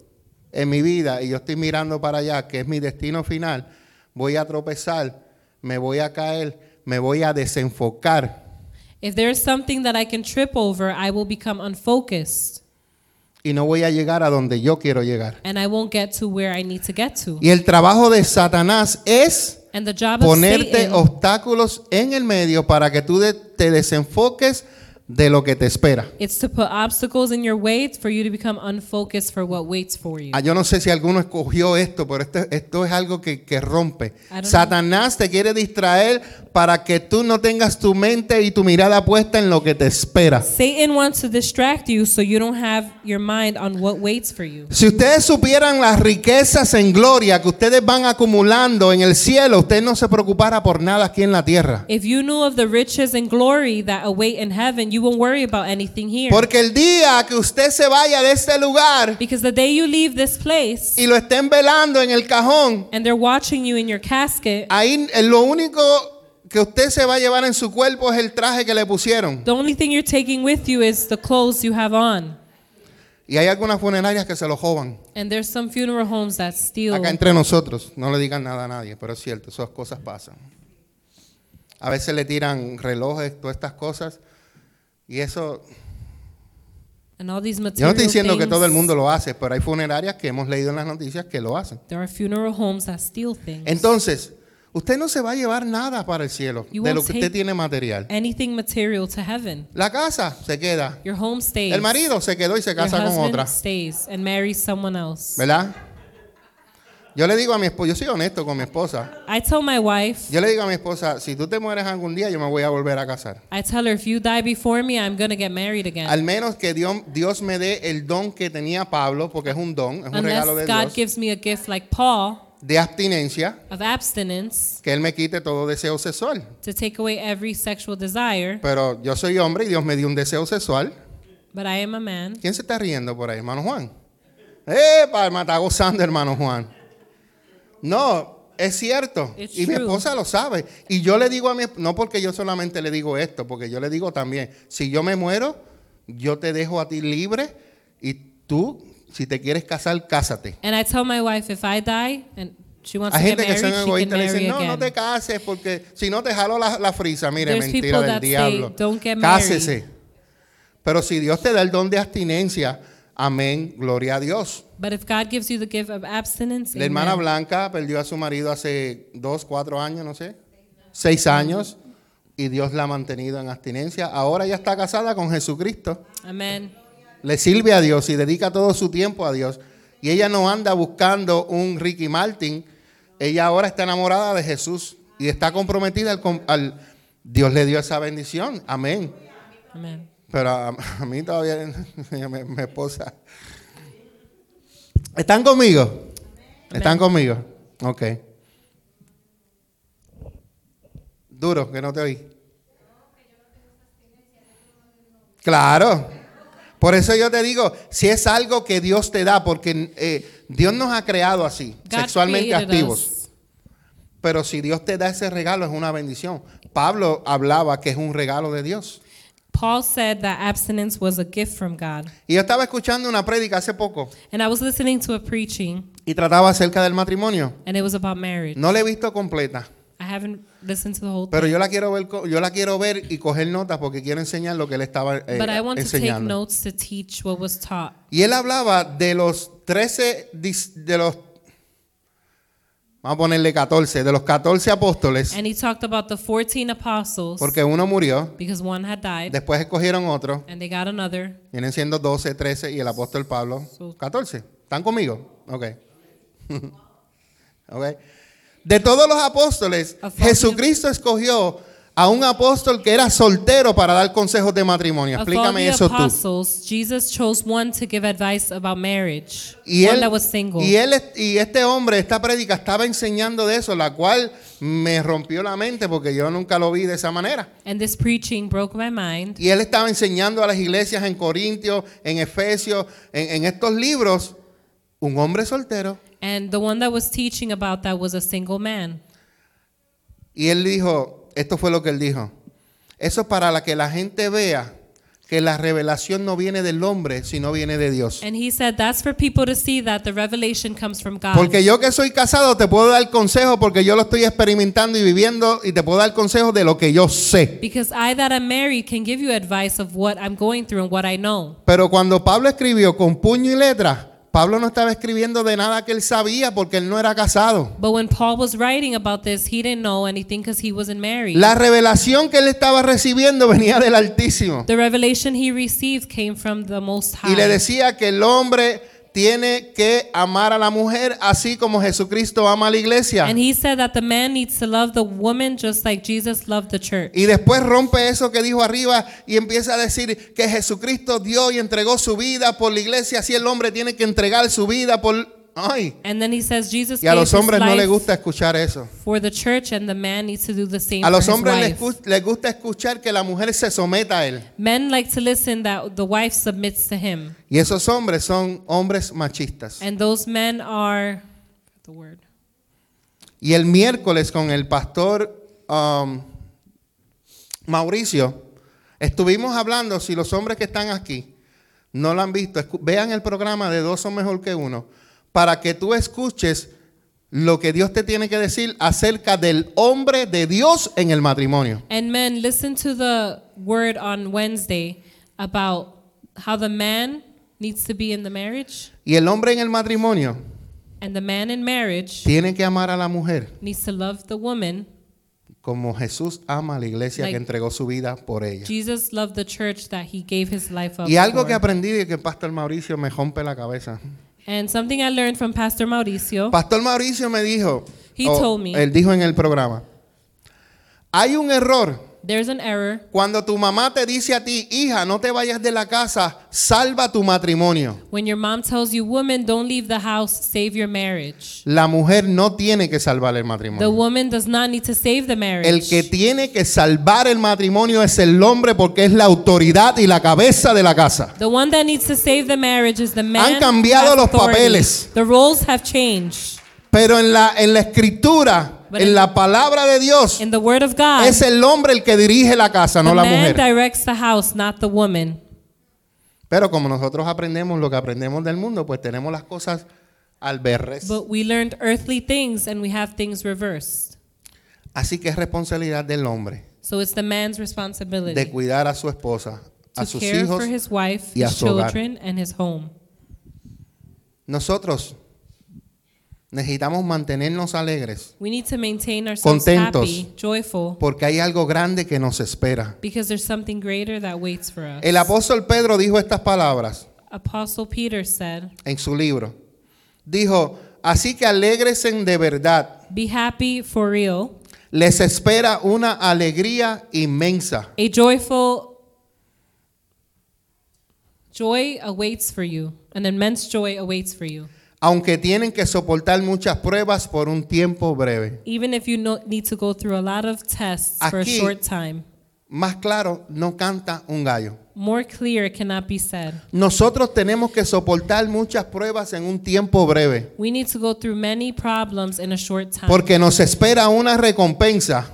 A: en mi vida y yo estoy mirando para allá, que es mi destino final, voy a tropezar, me voy a caer, me voy a desenfocar
B: If there is something that I can trip over, I will become unfocused
A: y no voy a llegar a donde yo quiero llegar.
B: and I won't get to where I need to get to.
A: Y el trabajo de Satanás es
B: And the job of
A: ponerte
B: Satan
A: obstáculos en el medio para que tú de- te desenfoques de lo que te espera.
B: it's to put obstacles in your way for you to become unfocused for what waits for you.
A: Ah, yo no sé si alguno escogió esto, pero esto, esto es algo que, que rompe.
B: I don't know.
A: Satanás te quiere distraer para que tú no tengas tu mente y tu mirada puesta en lo que te espera.
B: Satan wants to distract you so you don't have your mind on what waits for you.
A: Si ustedes supieran las riquezas en gloria que ustedes van acumulando en el cielo, usted no se preocupara por nada aquí en la tierra.
B: If you knew of the riches and glory that await in heaven, you won't worry about anything here.
A: Porque el día que usted se vaya de este lugar
B: Because the day you leave this place
A: y lo estén velando en el cajón,
B: and they're watching you in your casket,
A: Ahí eh, lo único que usted se va a llevar en su cuerpo es el traje que le pusieron.
B: the only thing you're taking with you is the clothes you have on.
A: Y hay algunas funerarias que se lo joban.
B: And there's some funeral homes that steal.
A: Acá entre nosotros, no le digan nada a nadie, pero es cierto, esas cosas pasan. A veces le tiran relojes, todas estas cosas, Y eso,
B: And all these
A: yo
B: material
A: no estoy diciendo que
B: things-
A: todo el mundo lo hace, pero hay funerarias que hemos leído en las noticias que lo hacen.
B: There are funeral homes that steal things.
A: Entonces, usted no se va a llevar nada para el cielo
B: You
A: de lo
B: won't
A: que
B: take-
A: usted tiene material.
B: Anything material to heaven.
A: La casa se queda.
B: Your home stays.
A: El marido se quedó y se
B: Your
A: casa con
B: husband
A: otra.
B: stays and marries someone else.
A: ¿Verdad? Yo le digo a mi esposa, yo soy honesto con mi esposa.
B: I tell my wife,
A: Yo le digo a mi esposa, si tú te mueres algún día, yo me voy a volver a casar.
B: I tell her, if you die before me, I'm going to get married again.
A: Al menos que Dios, Dios me dé el don que tenía Pablo, porque es un don, es un regalo de
B: Unless God
A: Dios,
B: gives me a gift like Paul
A: de abstinencia,
B: of abstinence
A: que Él me quite todo deseo sexual.
B: to take away every sexual desire,
A: Pero yo soy hombre y Dios me dio un deseo sexual.
B: but I am a man.
A: ¿Quién se está riendo por ahí, hermano Juan? ¡Epa! Me está gozando, hermano Juan. No, es cierto.
B: It's
A: y mi
B: true.
A: esposa lo sabe. Y yo le digo a mi esp- no porque yo solamente le digo esto, porque yo le digo también, si yo me muero, yo te dejo a ti libre y tú, si te quieres casar, cásate.
B: And I tell my wife, if I die and she wants
A: Hay
B: to
A: gente
B: get
A: que son
B: married, she can
A: egoístas y le
B: marry
A: dicen, no,
B: again.
A: no te cases porque si no te jalo la, la frisa. Mire,
B: There's
A: mentira
B: people
A: del
B: that say,
A: diablo.
B: "Don't get married".
A: Cásese. Pero si Dios te da el don de abstinencia, amén, gloria a Dios.
B: But if God gives you the gift of abstinence,
A: La hermana
B: amen.
A: Blanca perdió a su marido hace dos, cuatro años, no sé, seis años, y Dios la ha mantenido en abstinencia. Ahora ella está casada con Jesucristo,
B: amen.
A: le sirve a Dios y dedica todo su tiempo a Dios. Y ella no anda buscando un Ricky Martin, ella ahora está enamorada de Jesús y está comprometida al... com- al- Dios le dio esa bendición, amén.
B: Amen.
A: Pero a, a mí todavía, <laughs> mi, mi esposa. ¿Están conmigo? ¿Están conmigo? Ok. Duro, que no te oí. Claro. Por eso yo te digo, si es algo que Dios te da, porque eh, Dios nos ha creado así,
B: God
A: sexualmente
B: created
A: activos.
B: us.
A: Pero si Dios te da ese regalo, es una bendición. Pablo hablaba que es un regalo de Dios.
B: Paul said that abstinence was a gift from God.
A: Y yo estaba escuchando una prédica hace poco
B: And I was listening to a preaching,
A: y trataba acerca del matrimonio.
B: and it was about marriage.
A: No la he visto completa,
B: I haven't listened to the whole thing,
A: Mm. pero yo la quiero ver, co- yo la quiero ver y coger notas porque quiero enseñar lo que él estaba eh,
B: but I want to take
A: enseñando.
B: notes to teach what was taught.
A: Y él hablaba de los 13 dis- de los vamos a ponerle 14, de los 14 apóstoles,
B: And he talked about the 14 apostles
A: porque uno murió,
B: because one had died
A: después escogieron otro,
B: and they got another.
A: vienen siendo 12, 13 y el apóstol Pablo 14. ¿Están conmigo? Ok. <laughs> ok. De todos los apóstoles,
B: Apóstol-
A: Jesucristo escogió a un apóstol que era soltero para dar consejos de matrimonio.
B: Of all
A: Explícame
B: the
A: eso tú.
B: apostles, Jesus chose one to give advice about marriage,
A: Y
B: one
A: él,
B: that was single.
A: y él es- y este hombre, esta prédica estaba enseñando de eso, la cual me rompió la mente porque yo nunca lo vi de esa manera.
B: and this preaching broke my mind.
A: Y él estaba enseñando a las iglesias en Corintios, en Efesios, en- en estos libros, un hombre soltero
B: And the one that was teaching about that was a single man.
A: Y él dijo, esto fue lo que él dijo. Eso es para la que la gente vea que la revelación no viene del hombre, sino viene de Dios.
B: And he said that's for people to see that the revelation comes from God.
A: Porque yo que soy casado te puedo dar consejo porque yo lo estoy experimentando y viviendo y te puedo dar consejo de lo que yo sé.
B: because I that am married can give you advice of what I'm going through and what I know.
A: Pero cuando Pablo escribió con puño y letra, Pablo no estaba escribiendo de nada que él sabía porque él no era casado.
B: But when Paul was writing about this, he didn't know anything because he wasn't married.
A: La revelación que él estaba recibiendo venía del Altísimo.
B: the revelation he received came from the Most High.
A: Y le decía que el hombre tiene que amar a la mujer así como Jesucristo ama a la iglesia.
B: and he said that the man needs to love the woman just like Jesus loved the church.
A: Y después rompe eso que dijo arriba y empieza a decir que Jesucristo dio y entregó su vida por la iglesia, así el hombre tiene que entregar su vida por... ¡Ay!
B: and then he says Jesus
A: Y a
B: gave
A: los
B: his
A: hombres no
B: life
A: les gusta escuchar eso.
B: for the church, and the man needs to do the same
A: A
B: for
A: los
B: his
A: hombres les,
B: wife.
A: gu- les gusta escuchar que la mujer se someta a él.
B: Men like to listen that the wife submits to him.
A: Y esos hombres son hombres machistas.
B: And those men are the word.
A: Y el miércoles con el pastor um, Mauricio estuvimos hablando si los hombres que están aquí no lo han visto, escu- vean el programa de dos son mejor que uno para que tú escuches lo que Dios te tiene que decir acerca del hombre de Dios en el matrimonio.
B: And men listen to the word on Wednesday about how the man needs to be in the marriage
A: Y el hombre en el matrimonio
B: and the man in marriage
A: tiene que amar a la mujer
B: needs to love the woman.
A: como Jesús ama a la iglesia
B: Like-
A: que entregó su vida por ella.
B: Jesus loved the church that he gave his life up
A: Y algo que
B: for.
A: aprendí de que Pastor Mauricio me rompe la cabeza.
B: And something I learned from Pastor Mauricio,
A: Pastor Mauricio me dijo,
B: He
A: o
B: told me.
A: él dijo en el programa, hay un error
B: there's an error
A: cuando tu mamá te dice a ti, hija, no te vayas de la casa, salva tu matrimonio.
B: when your mom tells you, woman, don't leave the house, save your marriage.
A: La mujer no tiene que salvar el
B: The
A: matrimonio.
B: woman does not need to save the marriage.
A: El que tiene que salvar el matrimonio es el hombre porque es la autoridad y la cabeza de la casa.
B: The one that needs to save the marriage is the man.
A: Han cambiado
B: of
A: los
B: authority.
A: papeles.
B: The roles have changed.
A: Pero en la, en la escritura,
B: But
A: en
B: in-
A: la palabra de Dios,
B: In the word of God,
A: es el hombre el que dirige la casa, no
B: the
A: la
B: man
A: mujer.
B: directs the house, not the woman.
A: Pero como nosotros aprendemos lo que aprendemos del mundo, pues tenemos las cosas al verres.
B: But we learned earthly things and we have things reversed.
A: Así que es responsabilidad del hombre
B: So it's the man's responsibility
A: de cuidar a su esposa, a
B: to
A: sus
B: care
A: hijos.
B: for his wife,
A: y a
B: his
A: su hogar.
B: children, and his home.
A: Nosotros necesitamos mantenernos alegres
B: We need to maintain ourselves
A: Contentos.
B: happy, joyful,
A: porque hay algo grande que nos espera.
B: because there's something greater that waits for us.
A: El apóstol Pedro dijo estas palabras
B: Apostle Peter said,
A: en su libro. Dijo, así que alégresen de verdad.
B: Be happy for real,
A: Les espera una alegría inmensa.
B: a joyful joy awaits for you, an immense joy awaits for you,
A: aunque tienen que soportar muchas pruebas por un tiempo breve.
B: even if you no- need to go through a lot of tests for a
A: Aquí-
B: short time.
A: Más claro, no canta un gallo.
B: More clear it cannot be said.
A: Nosotros tenemos que soportar muchas pruebas en un tiempo breve,
B: We need to go through many problems in a short time
A: porque nos espera una recompensa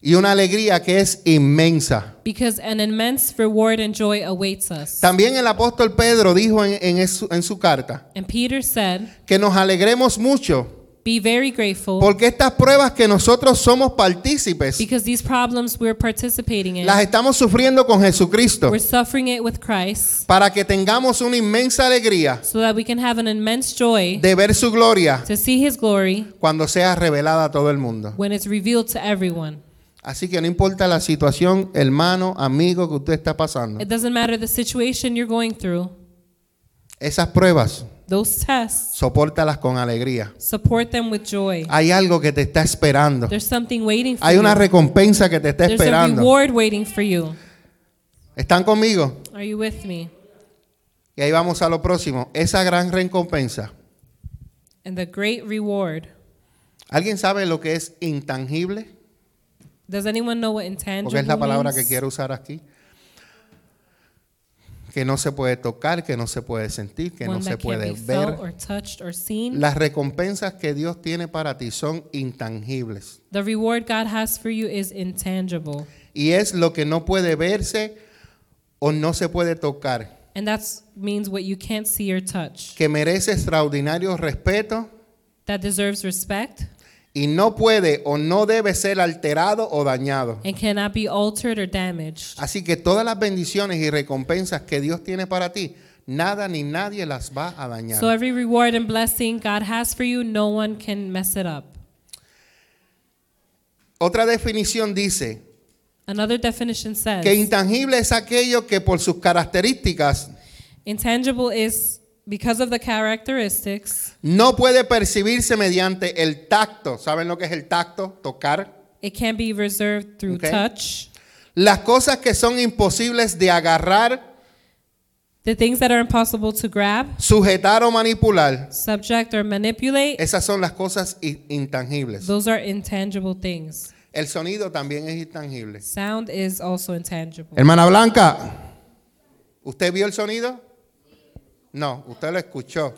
A: y una alegría que es inmensa.
B: because an immense reward and joy awaits us.
A: También el apóstol Pedro dijo en, en es- en su carta
B: And Peter said,
A: que nos alegremos mucho
B: Be very grateful
A: porque estas pruebas que nosotros somos partícipes
B: because these problems we're participating in,
A: las estamos sufriendo con Jesucristo
B: we're suffering it with Christ
A: para que tengamos una inmensa alegría
B: so that we can have an immense joy
A: de ver su gloria
B: to see his glory
A: cuando sea revelada a todo el mundo.
B: when it's revealed to everyone.
A: Así que no importa la situación, hermano, amigo que usted está pasando.
B: It doesn't matter the situation you're going through,
A: Esas pruebas,
B: those tests,
A: sopórtalas con alegría.
B: support them with joy.
A: Hay algo que te está <laughs> esperando.
B: There's something waiting for
A: Hay
B: you,
A: una recompensa que te está
B: there's a
A: esperando.
B: reward waiting for you.
A: ¿Están conmigo?
B: Are you with me?
A: Y ahí vamos a lo próximo. Esa gran recompensa.
B: And the great reward.
A: ¿Alguien sabe lo que es intangible?
B: Does anyone know what intangible
A: Porque es la palabra que
B: means?
A: quiero usar aquí. Que no se puede tocar, que no se puede sentir, que
B: One
A: no se
B: that
A: puede
B: can't be felt
A: ver.
B: or touched or seen.
A: Las recompensas que Dios tiene para ti son intangibles.
B: The reward God has for you is intangible,
A: Y es lo que no puede verse o no se puede tocar.
B: and that means what you can't see or touch.
A: Que merece extraordinario respeto
B: That deserves respect
A: y no puede o no debe ser alterado o dañado.
B: and cannot be altered or damaged.
A: Así que todas las bendiciones y recompensas que Dios tiene para ti, nada ni nadie las va a
B: So
A: dañar.
B: every reward and blessing God has for you, no one can mess it up.
A: Otra definición dice
B: Another definition says
A: que intangible es aquello que por sus características
B: intangible is because of the characteristics,
A: No puede percibirse mediante el tacto. ¿Saben lo que es el tacto? Tocar.
B: it can be reserved through
A: Okay.
B: touch.
A: Las cosas que son imposibles de agarrar,
B: The things that are impossible to grab,
A: sujetar o manipular.
B: subject, or manipulate,
A: Esas son las cosas i- intangibles.
B: those are intangible things.
A: El sonido también es intangible.
B: Sound is also intangible.
A: Hermana Blanca, ¿usted vio el sonido? No, usted lo escuchó.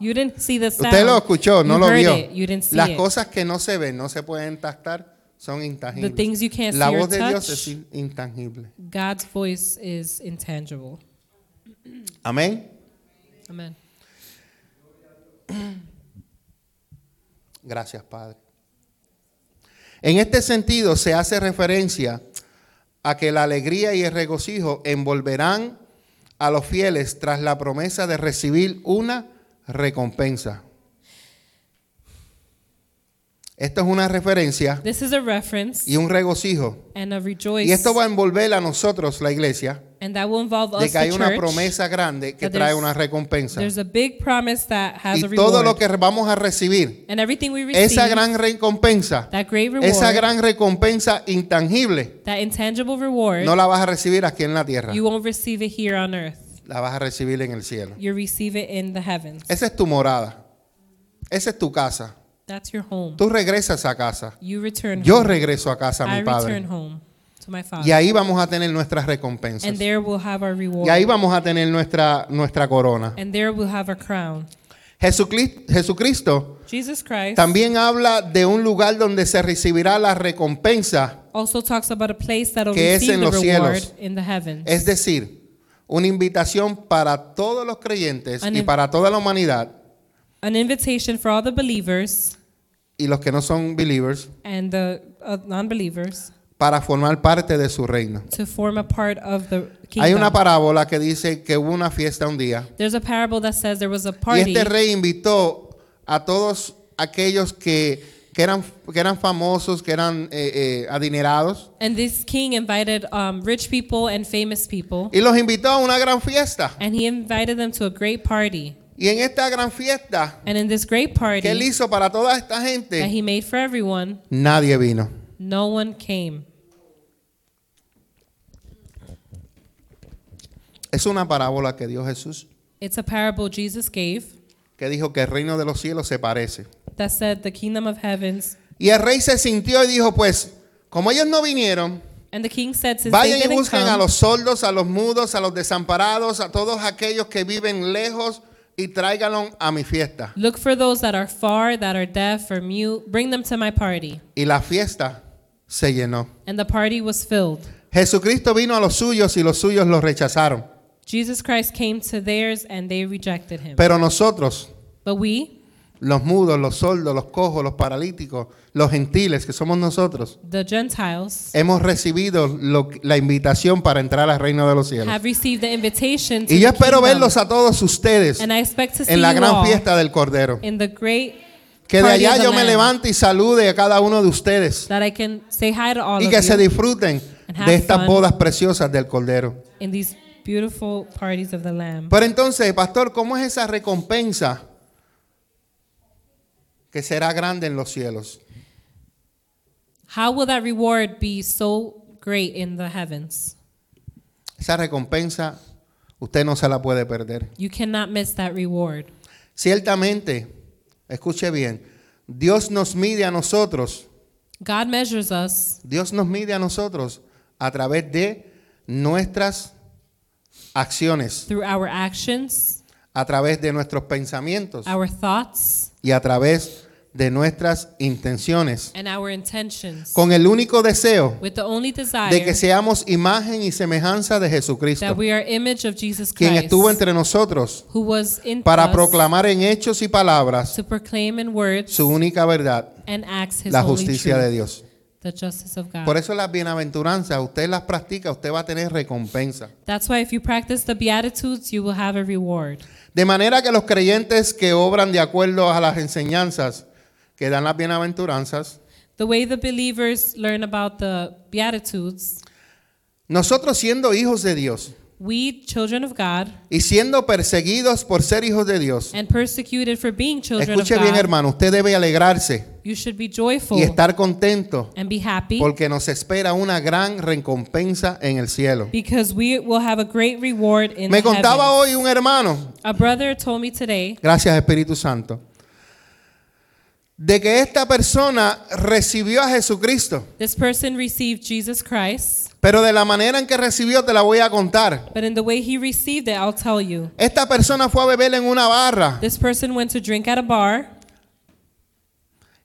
B: You didn't see the sound.
A: Usted lo escuchó, no
B: you
A: lo
B: heard
A: vio.
B: It. You didn't see
A: Las
B: it.
A: cosas que no se ven, no se pueden tactar, son intangibles.
B: The things you can't
A: La
B: see or
A: voz de Dios
B: touch.
A: es in- intangible.
B: God's voice is intangible.
A: Amén.
B: Amen.
A: Gracias, Padre. En este sentido se hace referencia a que la alegría y el regocijo envolverán a los fieles tras la promesa de recibir una recompensa. Esto es una referencia
B: This is a reference
A: y un regocijo.
B: and a
A: Y
B: rejoice,
A: esto va a envolver a nosotros, la iglesia,
B: and that will involve
A: de
B: us,
A: que hay
B: the
A: una
B: church.
A: promesa grande que
B: that
A: trae
B: there's-
A: una recompensa.
B: There's a big promise that has a
A: Y
B: reward.
A: todo lo que vamos a recibir,
B: and everything we receive,
A: esa gran recompensa,
B: that great reward,
A: esa gran recompensa intangible,
B: that intangible reward,
A: no la vas a recibir aquí en la tierra,
B: you won't receive it here on earth.
A: la vas a recibir en el cielo.
B: You receive it in the heavens.
A: Esa es tu morada. Esa es tu casa.
B: That's your home.
A: Tú regresas a casa.
B: You return
A: Yo
B: home.
A: regreso a casa a
B: I
A: mi
B: return
A: padre.
B: home to my father.
A: Y ahí vamos a tener nuestras recompensas.
B: and there we'll have our reward.
A: Y ahí vamos a tener nuestra, nuestra corona.
B: and there we'll have our crown.
A: Jesuclis- Jesucristo
B: Jesus Christ
A: también habla de un lugar donde se recibirá la recompensa,
B: also talks about a place that'll
A: Que es
B: receive
A: en
B: the
A: los
B: reward
A: cielos.
B: in the heavens.
A: es decir, una invitación para todos los creyentes y
B: Amén.
A: para toda la humanidad
B: An invitation for all the believers
A: y los que no son believers
B: and the uh, non-believers
A: para formar parte de su reino.
B: to form a part of the kingdom.
A: Hay una parábola que dice que hubo una fiesta un día
B: There's a parable that says there was a
A: y
B: party
A: este rey invitó a todos aquellos que, que eran, que eran famosos, que eran eh, eh, adinerados,
B: and this king invited um, rich people and famous people
A: y los invitó a una gran fiesta.
B: and he invited them to a great party.
A: Y en esta gran fiesta
B: And in this great
A: que él
B: party
A: hizo para toda esta
B: that
A: gente,
B: he made for everyone,
A: nadie vino.
B: no one came.
A: Es una parábola que dio Jesús,
B: It's a parable Jesus gave
A: que dijo que el reino de los cielos se parece.
B: that said the kingdom of heavens
A: Y el rey se sintió y dijo, pues, como ellos no vinieron,
B: and the king said since
A: Vayan
B: they
A: y
B: didn't
A: busquen a
B: come,
A: los sordos, a los mudos, a los desamparados, a todos aquellos que viven lejos y tráiganlos a mi fiesta.
B: look for those that are far, that are deaf or mute, bring them to my party.
A: Y la fiesta se llenó.
B: And the party was filled.
A: Jesucristo vino a los suyos y los suyos los rechazaron.
B: Jesus Christ came to theirs and they rejected him.
A: Pero nosotros,
B: But we,
A: los mudos, los sordos, los cojos, los paralíticos, los gentiles que somos nosotros,
B: the Gentiles,
A: hemos recibido lo- la invitación para entrar al reino de los cielos.
B: have received the invitation to
A: Y yo
B: the
A: espero
B: kingdom.
A: verlos a todos ustedes
B: and I expect to see
A: en la
B: you
A: gran
B: all
A: fiesta del Cordero.
B: in the great
A: Que de
B: party of
A: allá
B: the
A: yo me
B: Lamb,
A: levante y salude a cada uno de ustedes.
B: that I can say hi to all
A: y
B: of
A: que se
B: you
A: disfruten
B: And have
A: de estas
B: fun.
A: bodas preciosas del Cordero.
B: in these beautiful parties of the Lamb.
A: Pero entonces, pastor, ¿cómo es esa recompensa que será grande en los cielos?
B: How will that reward be so great in the heavens?
A: Esa recompensa usted no se la puede perder.
B: You cannot miss that reward.
A: Ciertamente, escuche bien, Dios nos mide a nosotros,
B: God measures us.
A: Dios nos mide a nosotros a través de nuestras acciones,
B: through our actions,
A: a través de nuestros pensamientos
B: our thoughts,
A: y a través de nuestras intenciones.
B: and our intentions,
A: con el único deseo
B: with the only desire
A: de que seamos imagen y semejanza de Jesucristo,
B: that we are image of Jesus
A: quien
B: Christ,
A: estuvo entre nosotros
B: who was in
A: para
B: us
A: proclamar en hechos y palabras
B: to proclaim in words
A: su única verdad,
B: and acts His
A: la
B: holy
A: justicia
B: truth, Ah.
A: de Dios.
B: the justice of God.
A: Por eso las bienaventuranzas, usted las practica, usted va a tener recompensa.
B: That's why if you practice the Beatitudes, you will have a reward.
A: De manera que los creyentes que obran de acuerdo a las enseñanzas que dan las bienaventuranzas,
B: The way the believers learn about the Beatitudes,
A: nosotros siendo hijos de Dios
B: we, children of God,
A: y siendo perseguidos por ser hijos de Dios,
B: and persecuted for being children
A: escuche
B: of God,
A: bien hermano, usted debe alegrarse
B: you should be joyful
A: y estar contento
B: and be happy
A: porque nos espera una gran recompensa en el cielo.
B: because we will have a great reward in
A: Me
B: heaven.
A: contaba hoy un hermano,
B: A brother told me today
A: gracias Espíritu Santo, de que esta persona recibió a Jesucristo,
B: this person received Jesus Christ,
A: pero de la manera en que recibió te la voy a contar.
B: but in the way he received it, I'll tell you.
A: Esta persona fue a beber en una barra
B: This person went to drink at a bar,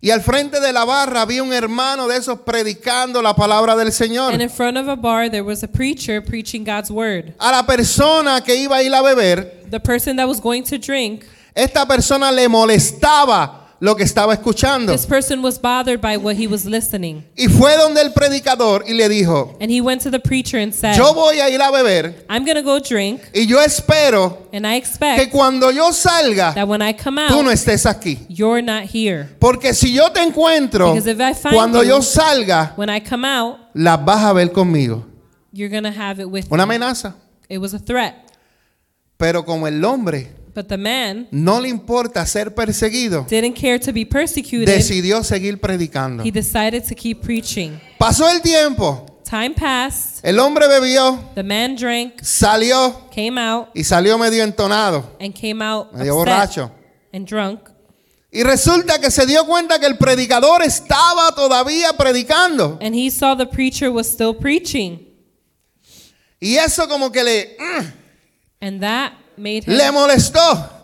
A: y al frente de la barra había un hermano de esos predicando la palabra del Señor.
B: and in front of a bar, there was a preacher preaching God's word.
A: A la persona que iba a ir a beber,
B: The person that was going to drink,
A: esta persona le molestaba lo que estaba escuchando.
B: This person was bothered by what he was listening.
A: Y fue donde el predicador y le dijo,
B: And he went to the preacher and said,
A: yo voy a ir a beber
B: I'm going to go drink,
A: y yo espero
B: and
A: que
B: I expect
A: cuando yo salga,
B: that when I come
A: tú no
B: out,
A: estés aquí.
B: you're not here.
A: Porque si yo te encuentro,
B: Because if I find
A: cuando
B: you-
A: yo salga,
B: When I come out,
A: las vas a ver conmigo.
B: you're going to have it with
A: Una
B: me.
A: amenaza.
B: It was a threat.
A: Pero como el hombre
B: But the man
A: no le importa ser perseguido,
B: didn't care to be persecuted.
A: decidió seguir predicando.
B: He decided to keep preaching.
A: Pasó el tiempo,
B: Time passed.
A: el hombre bebió,
B: The man drank,
A: salió
B: came out,
A: y salió medio entonado,
B: and came out
A: medio
B: upset
A: borracho.
B: and drunk.
A: Y resulta que se dio cuenta que el predicador estaba todavía predicando.
B: And he saw the preacher was still preaching.
A: Y eso como que le, mm,
B: And that made him
A: le molestó.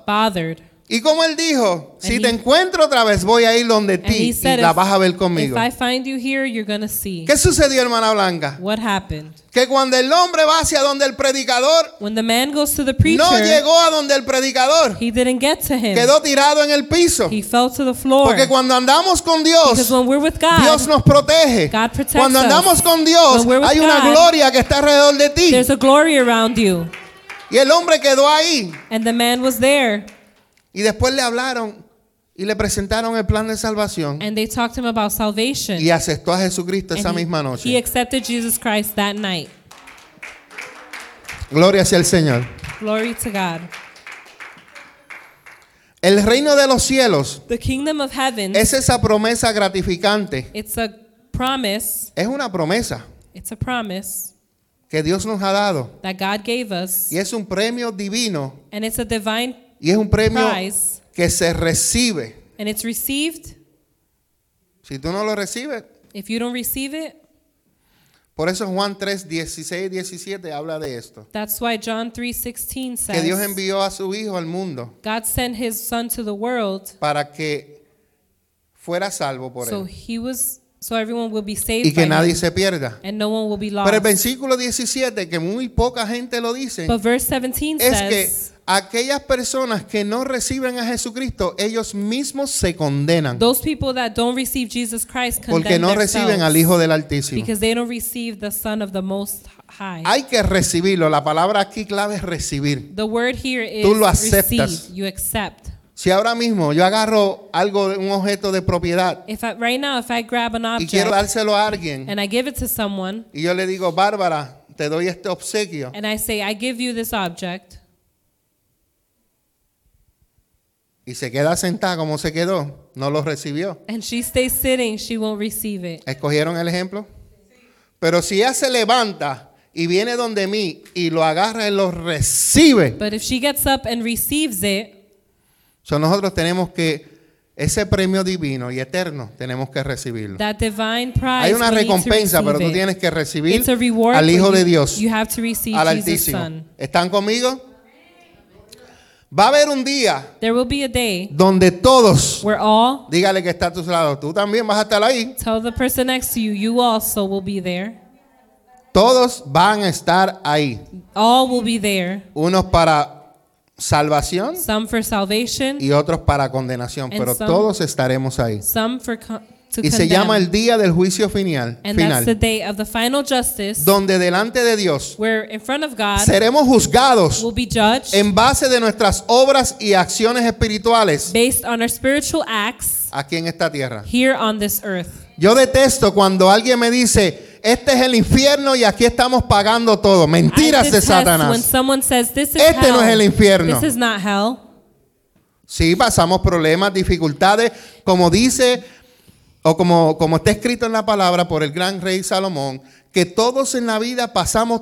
B: bothered.
A: Y como él dijo, si
B: And
A: te
B: he-
A: encuentro otra vez, voy a ir donde
B: And
A: ti
B: he
A: y
B: said,
A: la
B: if,
A: vas a ver
B: if
A: conmigo.
B: I find you here, you're going to see.
A: ¿Qué sucedió, hermana Blanca?
B: What happened?
A: Que cuando el hombre va hacia donde el predicador,
B: When the man goes to the preacher,
A: no llegó a donde el predicador.
B: he didn't get to him.
A: Quedó tirado en el piso.
B: He fell to the floor.
A: Porque cuando andamos con
B: Because
A: Dios,
B: when we're with God,
A: Dios nos protege.
B: God protects
A: Cuando
B: us.
A: andamos con Dios,
B: When we're with
A: hay una
B: God,
A: gloria que está alrededor de ti.
B: there's a glory around you.
A: Y el hombre quedó ahí.
B: And the man was there.
A: Y después le hablaron y le presentaron el plan de salvación.
B: And they talked to him about salvation.
A: Y aceptó a Jesucristo esa
B: And he-
A: misma
B: he
A: noche.
B: accepted Jesus Christ that night.
A: Gloria sea el Señor.
B: Glory to God.
A: El reino de los cielos
B: The kingdom of heaven,
A: es esa promesa gratificante.
B: it's a promise.
A: Es una promesa
B: It's a promise
A: que Dios nos ha dado.
B: that God gave us.
A: Y es un premio divino.
B: And it's a divine
A: Y es un premio
B: prize.
A: que se recibe.
B: And it's received.
A: Si tú no lo recibes,
B: If you don't receive it,
A: Por eso Juan 3, 16 y 17 habla de esto.
B: that's why John 3.16
A: Que Dios
B: says,
A: envió a su Hijo al mundo
B: God sent his son to the world
A: para que fuera salvo por
B: so
A: él.
B: he was, so everyone will be saved
A: Y que
B: by
A: nadie
B: him,
A: se pierda.
B: and no one will be
A: Pero el
B: lost.
A: versículo 17, que muy poca gente lo dice,
B: But verse 17
A: es que
B: says,
A: aquellas personas que no reciben a Jesucristo, ellos mismos se condenan.
B: Those people that don't receive Jesus Christ condemn
A: Porque no
B: themselves
A: reciben al Hijo del Altísimo.
B: because they don't receive the Son of the Most High.
A: Hay que recibirlo. La palabra aquí clave es recibir.
B: the word here is
A: Tú lo aceptas.
B: receive. You accept.
A: Si ahora mismo yo agarro algo, un objeto de propiedad,
B: If I, right now, if I grab an
A: y
B: object
A: quiero dárselo a alguien,
B: and I give it to someone
A: Y yo le digo, Bárbara, te doy este obsequio.
B: and I say, "I give you this object,"
A: Y se queda sentada como se quedó. No lo recibió.
B: and she stays sitting, she won't receive it.
A: ¿Escogieron el ejemplo? Pero si ella se levanta y viene donde mí y lo agarra y lo recibe.
B: But if she gets up and receives it,
A: So nosotros tenemos que, ese premio divino y eterno, tenemos que recibirlo.
B: that divine prize.
A: Hay una
B: we need to
A: recompensa, pero
B: receive
A: tú
B: it.
A: tienes que recibir
B: It's a reward
A: al
B: but
A: Hijo
B: you-
A: de Dios,
B: You have to receive
A: al
B: Jesus'
A: Altísimo.
B: Son.
A: ¿Están conmigo? Va a haber un día
B: There will be a day
A: donde todos
B: where all
A: Dígale que está a tu lado. Tú también vas a estar ahí.
B: Tell the person next to you, you also will be there.
A: Todos van a estar ahí.
B: All will be there.
A: Unos para salvación
B: Some for salvation,
A: y otros para condenación.
B: And
A: Pero
B: some-
A: todos estaremos ahí.
B: some for con- to
A: Y se
B: condemn.
A: llama el día del juicio final.
B: and that's
A: final
B: the day of the final justice,
A: donde delante de Dios
B: where in front of God
A: seremos juzgados
B: will be judged
A: en base de nuestras obras y acciones espirituales
B: based on our spiritual acts
A: aquí en esta tierra.
B: here on this earth.
A: Yo detesto cuando alguien me dice, este es el infierno y aquí estamos pagando todo.
B: I
A: Mentiras de
B: detest When
A: Satanás.
B: someone says this is
A: Este
B: hell,
A: no es el infierno.
B: This is not hell.
A: Sí, pasamos problemas, dificultades, como dice o como, como está escrito en la palabra por el gran rey Salomón, que todos en la vida pasamos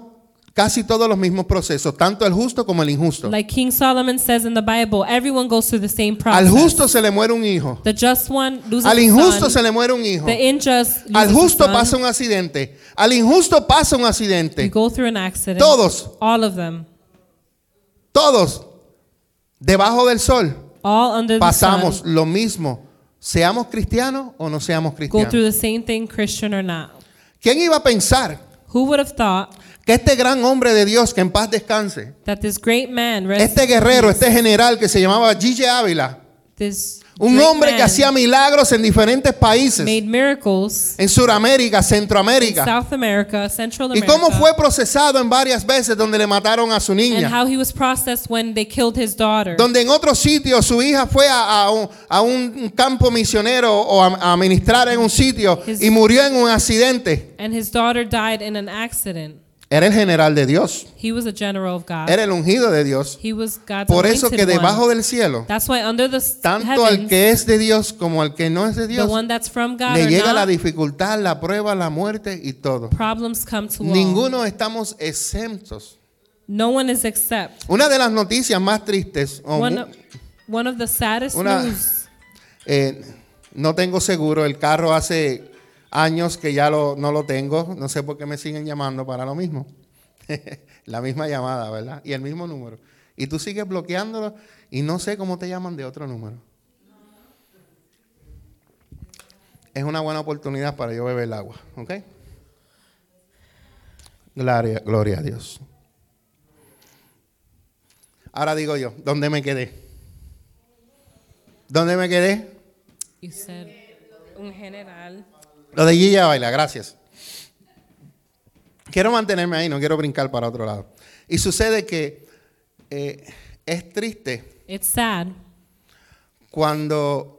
A: casi todos los mismos procesos, tanto el justo como el injusto.
B: Like King Solomon says in the Bible, everyone goes through the same process.
A: Al justo se le muere un hijo,
B: the just one loses
A: al
B: his
A: injusto
B: son.
A: se le muere un hijo,
B: the unjust loses
A: al
B: his
A: justo
B: son.
A: pasa un accidente, al injusto pasa un
B: You
A: accidente,
B: go through an accident.
A: Todos.
B: All of them.
A: todos debajo del sol
B: All under the
A: pasamos
B: sun.
A: lo mismo, seamos cristianos o no seamos
B: Go through
A: cristianos.
B: the same thing, Christian or not.
A: ¿Quién iba a pensar?
B: Who would have thought
A: Que este gran hombre de Dios, que en paz descanse,
B: that this great man, rest,
A: este guerrero, este general que se llamaba Gigi Ávila,
B: This
A: Un
B: great
A: hombre que
B: man
A: hacía milagros en diferentes países,
B: made miracles
A: en Sudamérica,
B: in
A: Centroamérica.
B: South America, Central
A: ¿Y
B: America.
A: cómo fue procesado en varias veces donde le mataron a su
B: and
A: niña?
B: how he was processed when they killed his daughter.
A: Donde en otro sitio su hija fue a, a un, a un campo misionero o a, a ministrar en un sitio
B: His-
A: y murió en un accidente.
B: And his daughter died in an accident.
A: Era el general de Dios.
B: He was a general of God.
A: Era el ungido de Dios.
B: He was God's
A: Por eso que
B: anointed
A: debajo
B: one.
A: del cielo,
B: That's why under the s-
A: tanto al
B: heavens,
A: que es de Dios como al que no es de
B: the
A: Dios,
B: one that's from God
A: le
B: or
A: llega la
B: not,
A: dificultad, la prueba, la muerte y todo.
B: problems come to all.
A: Ninguno estamos exentos.
B: No one is except.
A: Una de las noticias más tristes, o
B: One,
A: Oh, mu-
B: o- one of the saddest
A: Una-
B: news.
A: eh, no tengo seguro, el carro hace años que ya lo- no lo tengo, no sé por qué me siguen llamando para lo mismo. <laughs> la misma llamada, ¿verdad? Y el mismo número. Y tú sigues bloqueándolo y no sé cómo te llaman de otro número. Es una buena oportunidad para yo beber el agua, ¿ok? Gloria, gloria a Dios. Ahora digo yo, ¿dónde me quedé? ¿Dónde me quedé?
B: You said un general.
A: Lo de Gilla Baila, gracias. Quiero mantenerme ahí, no quiero brincar para otro lado. Y sucede que eh, es triste
B: It's sad
A: cuando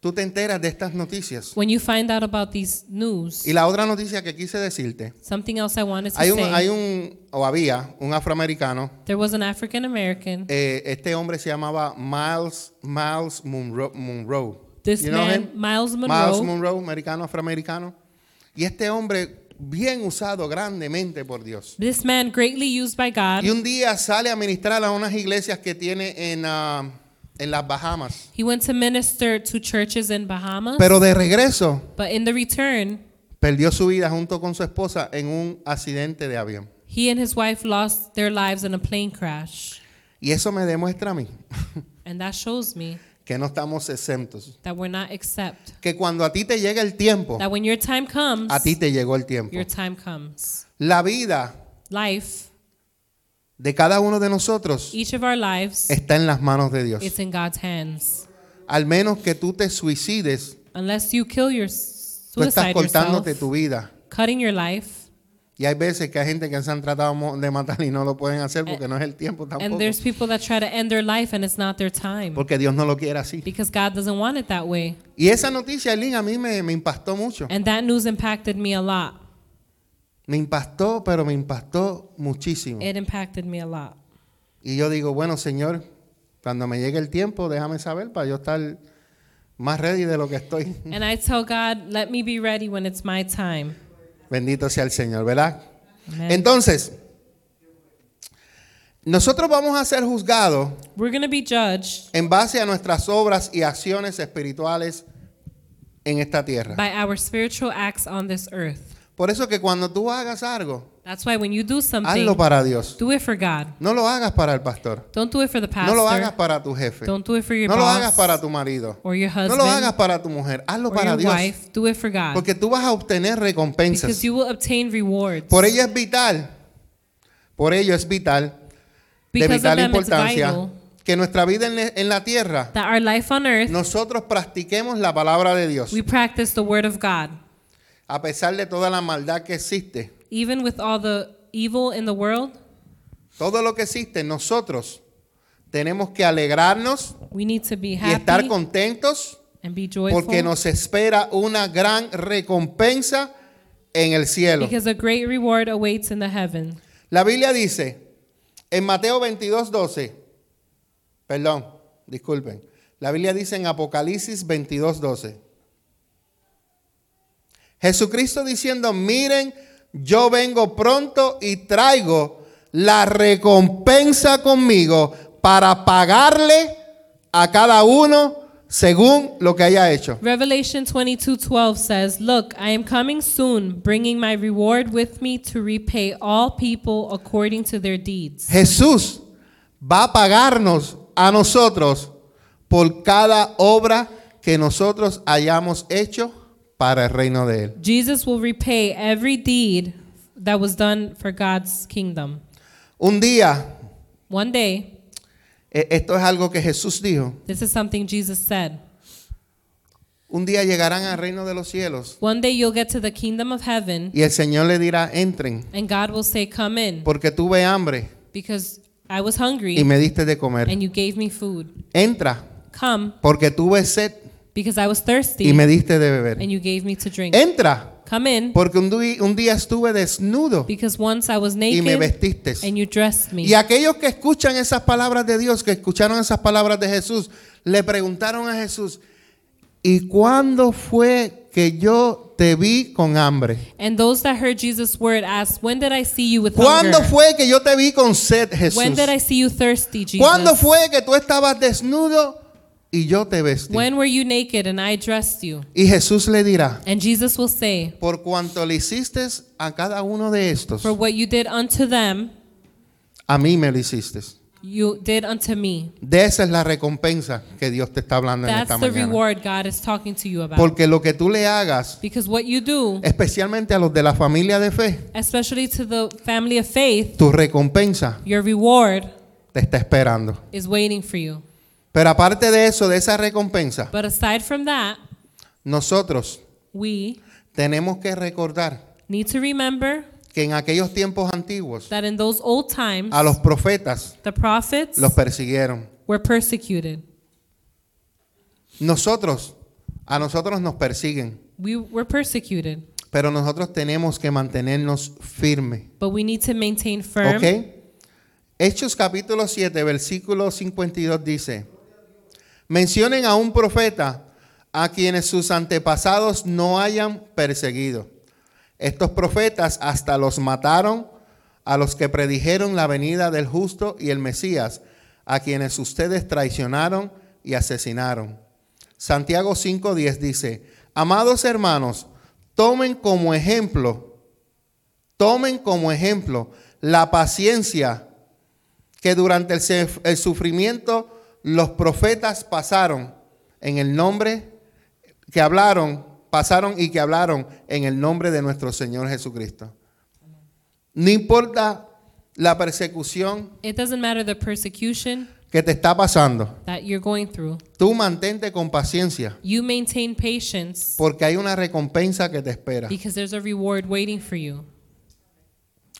A: tú te enteras de estas noticias.
B: when you find out about these news.
A: Y la otra noticia que quise decirte,
B: Something else I wanted to
A: hay un,
B: say.
A: hay un o había un afroamericano,
B: there was an African American.
A: eh, este hombre se llamaba Miles, Miles Monroe. Monroe.
B: This
A: You know
B: man,
A: him?
B: Miles Monroe,
A: Miles Monroe, americano, afroamericano. Y este hombre bien usado grandemente por Dios.
B: this man greatly used by God.
A: Y un día sale a ministrar a unas iglesias que tiene en, ah, en las Bahamas.
B: He went to minister to churches in Bahamas,
A: Pero de regreso
B: but in the return,
A: perdió su vida junto con su esposa en un accidente de avión.
B: he and his wife lost their lives in a plane crash.
A: Y eso me demuestra a mí
B: And that shows me
A: que no estamos exentos.
B: that we're not except.
A: Que cuando a ti te llega el tiempo,
B: That when your time comes,
A: a ti te llegó el tiempo.
B: your time comes.
A: La vida
B: Life,
A: de cada uno de nosotros
B: each of our lives,
A: está en las manos de Dios.
B: it's in God's hands.
A: Al menos que tú te suicides,
B: Unless you kill
A: tú
B: your
A: estás
B: suicide yourself,
A: cortándote tu vida.
B: cutting your life.
A: Y hay veces que hay gente que se han tratado mo- de matar y no lo pueden hacer porque no es el tiempo tampoco.
B: Eh, And there's people that try to end their life and it's not their time
A: Porque Dios no lo quiere así.
B: because God doesn't want it that way.
A: Y esa noticia, Eileen, a mí me, me impactó mucho.
B: And that news impacted me a lot.
A: Me impactó, pero me impactó muchísimo.
B: It impacted me a lot.
A: Y yo digo, bueno, Señor, cuando me llegue el tiempo, déjame saber para yo estar más ready de lo que estoy. <laughs>
B: And I tell God, let me be ready when it's my time.
A: Bendito sea el Señor, ¿verdad?
B: Amen.
A: Entonces, nosotros vamos a ser juzgados
B: We're going to be judged
A: en base a nuestras obras y acciones espirituales en esta tierra.
B: by our spiritual acts on this earth.
A: Por eso que cuando tú hagas algo,
B: That's why when you do
A: hazlo
B: something,
A: para Dios.
B: do it for God.
A: No lo hagas para el pastor.
B: Don't do it for the
A: No lo hagas
B: pastor.
A: para tu jefe.
B: Don't do it for your
A: No lo hagas
B: boss
A: para tu marido.
B: or your
A: No lo hagas
B: husband
A: para tu mujer. Hazlo
B: or
A: para
B: your
A: Dios.
B: wife. Do it for God
A: Porque tú vas a obtener recompensas.
B: because you will obtain rewards.
A: Por ello es vital. Por ello es vital. De
B: Because of
A: vital
B: them, it's
A: importancia.
B: vital
A: Que nuestra vida en, le- en la tierra.
B: that our life on earth,
A: Nosotros practiquemos la palabra de Dios.
B: we practice the word of God.
A: A pesar de toda la maldad que existe.
B: Even with all the evil in the world,
A: Todo lo que existe. Nosotros tenemos que alegrarnos.
B: we need to be
A: Y estar
B: happy
A: contentos.
B: and be joyful.
A: Porque nos espera una gran recompensa en el cielo.
B: Because a great reward awaits in the heaven.
A: La Biblia dice en Mateo 22, 12, perdón, disculpen, la Biblia dice en Apocalipsis 22, 12, Jesucristo diciendo, miren, yo vengo pronto y traigo la recompensa conmigo para pagarle a cada uno según lo que haya hecho.
B: Revelation 22:12 says, "Look, I am coming soon, bringing my reward with me to repay all people according to their deeds."
A: Jesús va a pagarnos a nosotros por cada obra que nosotros hayamos hecho para el reino de Él.
B: Jesus will repay every deed that was done for God's kingdom.
A: Un día
B: One day,
A: E- Esto es algo que Jesús dijo.
B: This is something Jesus said.
A: Un día llegarán al reino de los cielos
B: One day you'll get to the kingdom of heaven
A: y el Señor le dirá, entren,
B: and God will say, Come in,
A: porque tuve hambre
B: because I was
A: y
B: hungry
A: me diste de comer.
B: and you gave me food.
A: Entra,
B: Come,
A: porque tuve sed
B: because I was
A: y
B: thirsty
A: me diste de beber.
B: and you gave me to drink.
A: Entra,
B: Come in,
A: porque un, dui- un día estuve desnudo
B: because once I was
A: y me
B: naked
A: vestiste.
B: and you dressed
A: Y
B: me.
A: aquellos que escuchan esas palabras de Dios, que escucharon esas palabras de Jesús, le preguntaron a Jesús, ¿y cuándo fue que yo te vi con hambre?
B: And those that heard Jesus' word asked, When did I see you with
A: ¿Cuándo
B: hunger?
A: fue que yo te vi con sed, Jesús?
B: When did I see you thirsty,
A: ¿Cuándo
B: Jesus?
A: fue que tú estabas desnudo y yo te vestí?
B: When were you naked and I dressed you?
A: Y Jesús le dirá,
B: And Jesus will say,
A: por cuanto le hiciste a cada uno de estos,
B: For what you did unto them,
A: a mí me lo hiciste.
B: you did unto me.
A: De esa es la recompensa que Dios te está hablando en
B: That's
A: esta
B: the
A: mañana.
B: reward God is talking to you about.
A: Porque lo que tú le hagas
B: Because what you do,
A: especialmente a los de la familia de fe,
B: especially to the family of faith,
A: tu recompensa
B: your reward
A: te está esperando.
B: is waiting for you.
A: Pero aparte de eso, de esa recompensa,
B: But aside from that,
A: nosotros
B: we
A: tenemos que recordar
B: need to remember
A: que en aquellos tiempos antiguos
B: that in those old times,
A: a los profetas
B: the prophets
A: los persiguieron.
B: were persecuted.
A: Nosotros, a nosotros nos persiguen,
B: We were persecuted.
A: pero nosotros tenemos que mantenernos firmes.
B: But we need to maintain firm.
A: ¿Ok? Hechos capítulo 7, versículo 52 dice, mencionen a un profeta a quienes sus antepasados no hayan perseguido. Estos profetas hasta los mataron a los que predijeron la venida del justo y el Mesías, a quienes ustedes traicionaron y asesinaron. Santiago 5.10 dice, amados hermanos, tomen como ejemplo Tomen como ejemplo la paciencia que durante el, sef- el sufrimiento los profetas pasaron en el nombre que hablaron, pasaron y que hablaron en el nombre de nuestro Señor Jesucristo. No importa la persecución
B: It doesn't matter the persecution
A: que te está pasando,
B: that you're going through.
A: tú mantente con paciencia
B: You maintain patience
A: porque hay una recompensa que te espera.
B: because there's a reward waiting for you.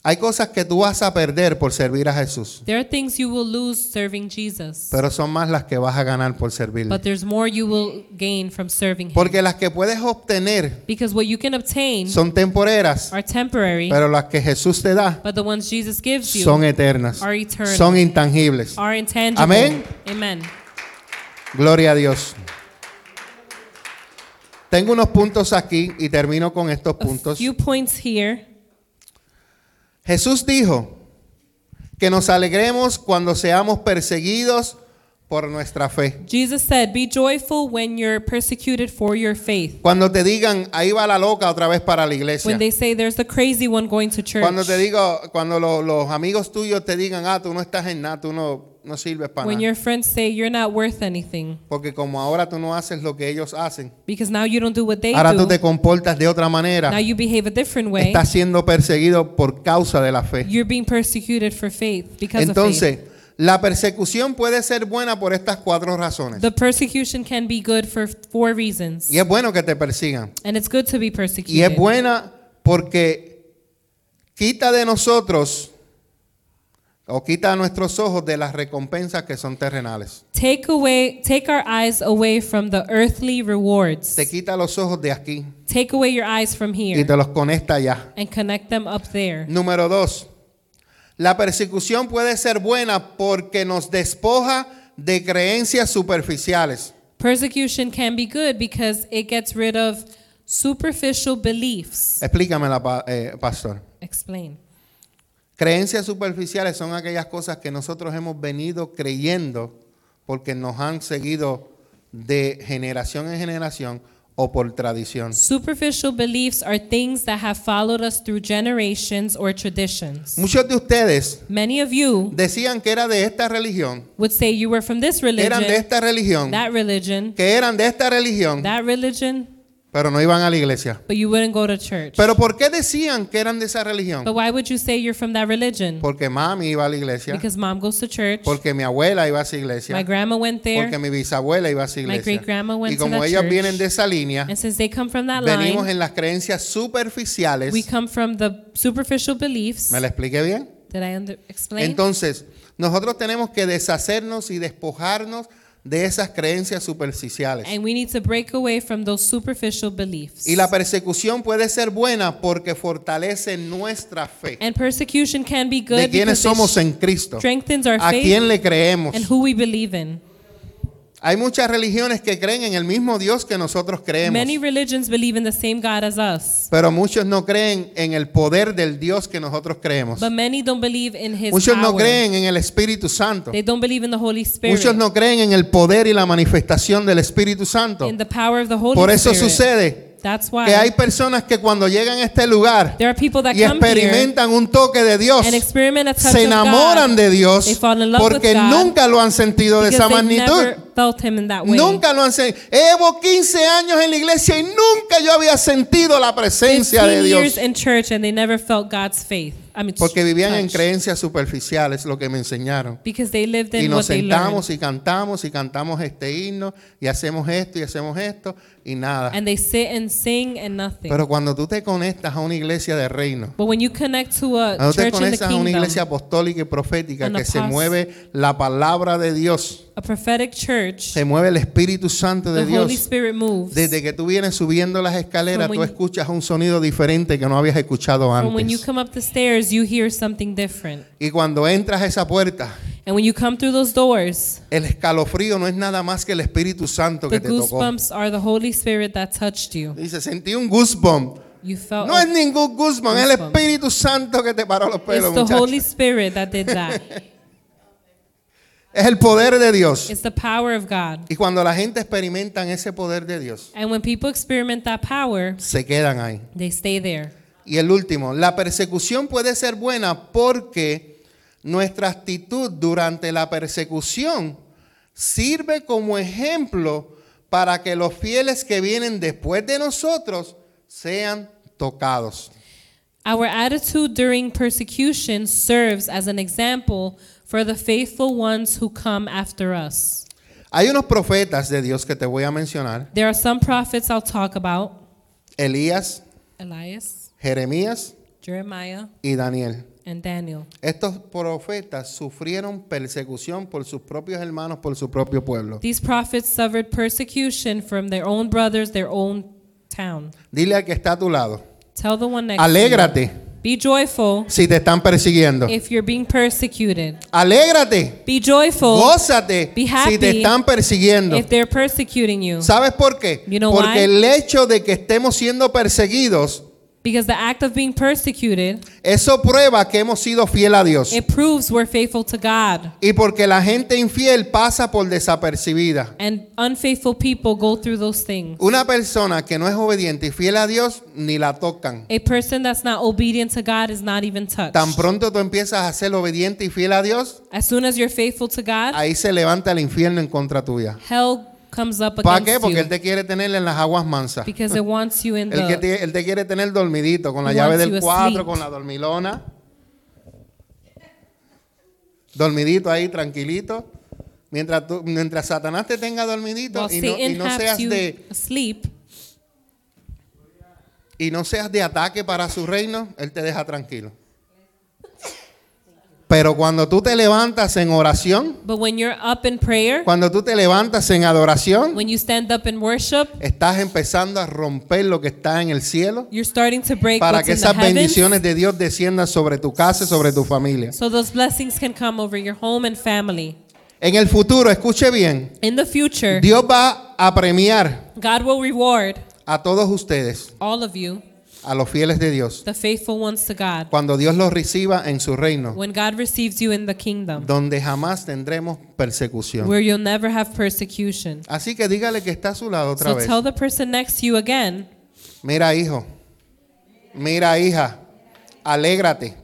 A: Hay cosas que tú vas a perder por servir a Jesús,
B: There are things you will lose serving Jesus,
A: pero son más las que vas a ganar por servirle.
B: but there's more you will gain from serving Him.
A: Porque las que puedes obtener
B: Because what you can obtain
A: son temporeras,
B: are temporary,
A: pero las que Jesús te da
B: but the ones Jesus gives you
A: son eternas,
B: are eternal.
A: son intangibles.
B: are intangible.
A: Amén.
B: Amen.
A: Gloria a Dios. Tengo unos puntos aquí y termino con estos
B: A
A: puntos.
B: few points here.
A: Jesús dijo que nos alegremos cuando seamos perseguidos por nuestra fe.
B: Jesus said, Be joyful when you're persecuted for your faith.
A: Cuando te digan, ahí va la loca otra vez para la iglesia.
B: When they say there's the crazy one going to church.
A: Cuando te digo, cuando lo- los amigos tuyos te digan, ah, tú no estás en nada, tú no, no sirves para
B: when
A: nada.
B: your friends say you're not worth anything
A: Porque como ahora tú no haces lo que ellos hacen,
B: because now you don't do what they
A: ahora
B: do.
A: tú te comportas de otra manera,
B: now you behave a different way.
A: estás siendo perseguido por causa de la fe.
B: You're being persecuted for faith because of
A: Entonces, la persecución puede ser buena por estas cuatro razones.
B: faith. The persecution can be good for four reasons.
A: Y es bueno que te persigan.
B: And it's good to be
A: Y
B: persecuted.
A: es buena porque quita de nosotros o quita a nuestros ojos de las recompensas que son terrenales.
B: Take away take our eyes away from the earthly rewards.
A: Te quita los ojos de aquí
B: Take away your eyes from
A: y
B: here
A: te los conecta allá.
B: and connect them up there.
A: Número dos, la persecución puede ser buena porque nos despoja de creencias superficiales.
B: Persecution can be good because it gets rid of superficial beliefs.
A: Explícamela, pa- eh, pastor.
B: Explain.
A: Creencias superficiales son aquellas cosas que nosotros hemos venido creyendo porque nos han seguido de generación en generación o por tradición.
B: Superficial beliefs are things that have followed us through generations or traditions.
A: Muchos de ustedes
B: Many of you
A: decían que era de esta religión,
B: would say you were from this
A: que eran de
B: religion,
A: esta religión,
B: that religion,
A: que eran de esta religión,
B: that religion,
A: pero no iban a la iglesia.
B: but you wouldn't go to church.
A: Pero ¿por qué decían que eran de esa religión?
B: But why would you say you're from that religion?
A: Porque mami iba a la iglesia,
B: Because mom goes to church.
A: porque mi abuela iba a esa
B: My
A: iglesia,
B: grandma went
A: porque
B: there.
A: mi bisabuela iba a esa iglesia.
B: great-grandma went
A: Y
B: to
A: como
B: that
A: ellas
B: church.
A: vienen de esa línea,
B: And since they come from that
A: venimos
B: line,
A: en las creencias superficiales.
B: we come from the superficial beliefs.
A: ¿Me la expliqué bien?
B: Did I under- explain?
A: Entonces, nosotros tenemos que deshacernos y despojarnos de esas creencias superficiales.
B: And we need to break away from those superficial beliefs.
A: Y la persecución puede ser buena porque fortalece nuestra fe.
B: And persecution can be
A: De
B: good
A: quienes
B: because it
A: somos en Cristo.
B: strengthens our
A: A
B: faith
A: quién le creemos.
B: and who we believe in.
A: Hay muchas religiones que creen en el mismo Dios que nosotros creemos.
B: Many religions believe in the same God as us,
A: Pero muchos no creen en el poder del Dios que nosotros creemos.
B: but many don't believe in His
A: Muchos no
B: power.
A: creen en el Espíritu Santo.
B: They don't believe in the Holy Spirit,
A: Muchos no creen en el poder y la manifestación del Espíritu Santo.
B: in the power of the Holy
A: Por eso
B: Spirit.
A: sucede
B: That's why
A: que hay personas que cuando llegan a este lugar
B: there are people that
A: y
B: come here
A: experimentan un toque de Dios,
B: and experiment a touch
A: se
B: of
A: enamoran
B: God
A: de Dios
B: They fall in love with
A: porque
B: God
A: nunca lo han sentido de
B: because
A: esa
B: they
A: magnitud.
B: never felt Him in that way.
A: Nunca lo han sentido. Llevo 15 años en la iglesia y nunca yo había sentido la presencia
B: 15
A: de Dios.
B: years in church and they never felt God's faith. I mean,
A: Porque vivían en
B: touch.
A: creencias superficiales, lo que me enseñaron.
B: Because they lived
A: Y
B: in
A: nos
B: what they learned.
A: sentamos y cantamos y cantamos este himno y hacemos esto y hacemos esto y nada.
B: And they sit and sing and nothing.
A: Pero cuando tú te conectas a una iglesia de reino,
B: but when you connect to
A: cuando
B: a
A: tú te
B: church in the
A: conectas a una iglesia
B: kingdom,
A: apostólica y profética
B: an
A: que se
B: apost-
A: mueve la palabra de Dios,
B: a prophetic church,
A: se mueve el Espíritu Santo de
B: the Holy
A: Dios.
B: Spirit moves.
A: Desde que tú vienes subiendo las escaleras,
B: From when
A: tú
B: you-
A: escuchas un sonido diferente que no habías escuchado
B: From when you
A: antes.
B: come up the stairs, you hear something different.
A: Y cuando entras a esa puerta,
B: And when you come through those doors,
A: el escalofrío no es nada más que el Espíritu Santo
B: the
A: que te tocó.
B: goosebumps are the Holy Spirit that touched you.
A: Dice, sentí un goosebump.
B: You felt
A: No es ningún goosebump, es el
B: Goosebump.
A: Espíritu Santo que te paró los
B: it's
A: pelos,
B: the
A: muchacho.
B: Holy Spirit that did that.
A: Es el poder de Dios.
B: it's the power of God.
A: Y cuando la gente experimenta ese poder de Dios,
B: And when people experiment that power,
A: se quedan ahí.
B: they stay there.
A: Y el último, la persecución puede ser buena porque nuestra actitud durante la persecución sirve como ejemplo para que los fieles que vienen después de nosotros sean tocados.
B: Our attitude during persecution serves as an example for the faithful ones who come after us.
A: Hay unos profetas de Dios que te voy a mencionar,
B: There are some prophets I'll talk about
A: Elías,
B: Elias,
A: Jeremías
B: Jeremiah,
A: y Daniel.
B: and Daniel.
A: Estos profetas sufrieron persecución por sus propios hermanos, por su propio pueblo.
B: These prophets suffered persecution from their own brothers, their own town.
A: Dile al que está a tu lado,
B: Tell the one next to
A: alégrate
B: you. Be joyful
A: si te están persiguiendo.
B: if you're being persecuted.
A: Alégrate,
B: Be joyful
A: gózate
B: Be
A: si te
B: happy
A: están persiguiendo.
B: if they're persecuting you.
A: ¿Sabes por qué?
B: You know
A: Porque
B: why?
A: el hecho de que estemos siendo perseguidos,
B: Because the act of being persecuted,
A: eso prueba que hemos sido fiel a Dios.
B: it proves we're faithful to God.
A: Y porque la gente infiel pasa por desapercibida.
B: And unfaithful people go through those things.
A: Una persona que no es obediente y fiel a Dios, ni la tocan.
B: A person that's not obedient to God is not even touched.
A: Tan pronto tú empiezas a ser obediente y fiel a Dios,
B: As soon as you're faithful to God,
A: ahí se levanta el infierno en contra tuya.
B: hell comes up
A: ¿Para qué?
B: against
A: Porque él
B: you
A: te quiere tener en las aguas mansas.
B: because it wants you in
A: Él, que
B: the.
A: te, él te quiere tener dormidito, con la
B: He
A: llave
B: wants you
A: del 4,
B: asleep.
A: con la dormilona. Dormidito ahí, tranquilito. Mientras, tú- mientras Satanás te tenga dormidito
B: While
A: y no, y
B: Satan
A: no
B: has
A: seas
B: you
A: de,
B: asleep,
A: y no seas de ataque para su reino, él te deja tranquilo. Pero cuando tú te levantas en oración,
B: but when you're up in prayer,
A: cuando tú te levantas en adoración,
B: when you stand up in worship,
A: estás empezando a romper lo que está en el cielo
B: you're starting to break
A: para
B: what's
A: que
B: in the
A: esas
B: heavens,
A: bendiciones de Dios desciendan sobre tu casa y sobre tu familia.
B: so those blessings can come over your home and family.
A: En el futuro, escuche bien,
B: In the future,
A: Dios va a premiar
B: God will reward
A: a todos ustedes,
B: all of you,
A: a los fieles de Dios,
B: the faithful ones to God,
A: cuando Dios los reciba en su reino,
B: when God receives you in the kingdom.
A: donde jamás tendremos persecución.
B: where you'll never have persecution.
A: Así que dígale que está a su lado otra
B: So
A: vez.
B: tell the person next to you again,
A: Mira, hijo, mira, hija, alégrate,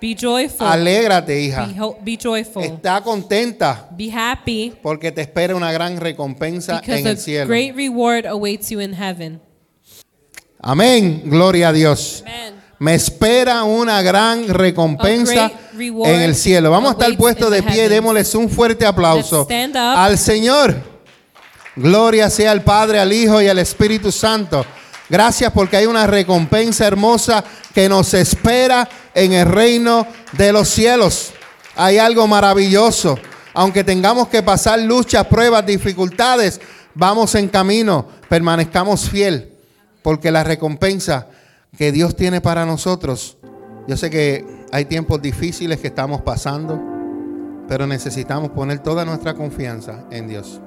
B: be joyful,
A: alégrate,
B: be,
A: hija.
B: ho- be joyful,
A: Está contenta
B: be happy,
A: porque te espera una gran recompensa en el
B: because a
A: cielo.
B: great reward awaits you in heaven.
A: Amén, gloria a Dios.
B: Amen.
A: Me espera una gran recompensa
B: A great reward
A: en el cielo. Vamos a estar
B: awaits
A: puestos
B: in
A: de
B: the
A: pie.
B: heavens.
A: Démosles un fuerte aplauso
B: Let's stand up.
A: al Señor. Gloria sea al Padre, al Hijo y al Espíritu Santo. Gracias porque hay una recompensa hermosa que nos espera en el reino de los cielos. Hay algo maravilloso. Aunque tengamos que pasar luchas, pruebas, dificultades, vamos en camino, permanezcamos fiel, porque la recompensa que Dios tiene para nosotros, yo sé que hay tiempos difíciles que estamos pasando, pero necesitamos poner toda nuestra confianza en Dios.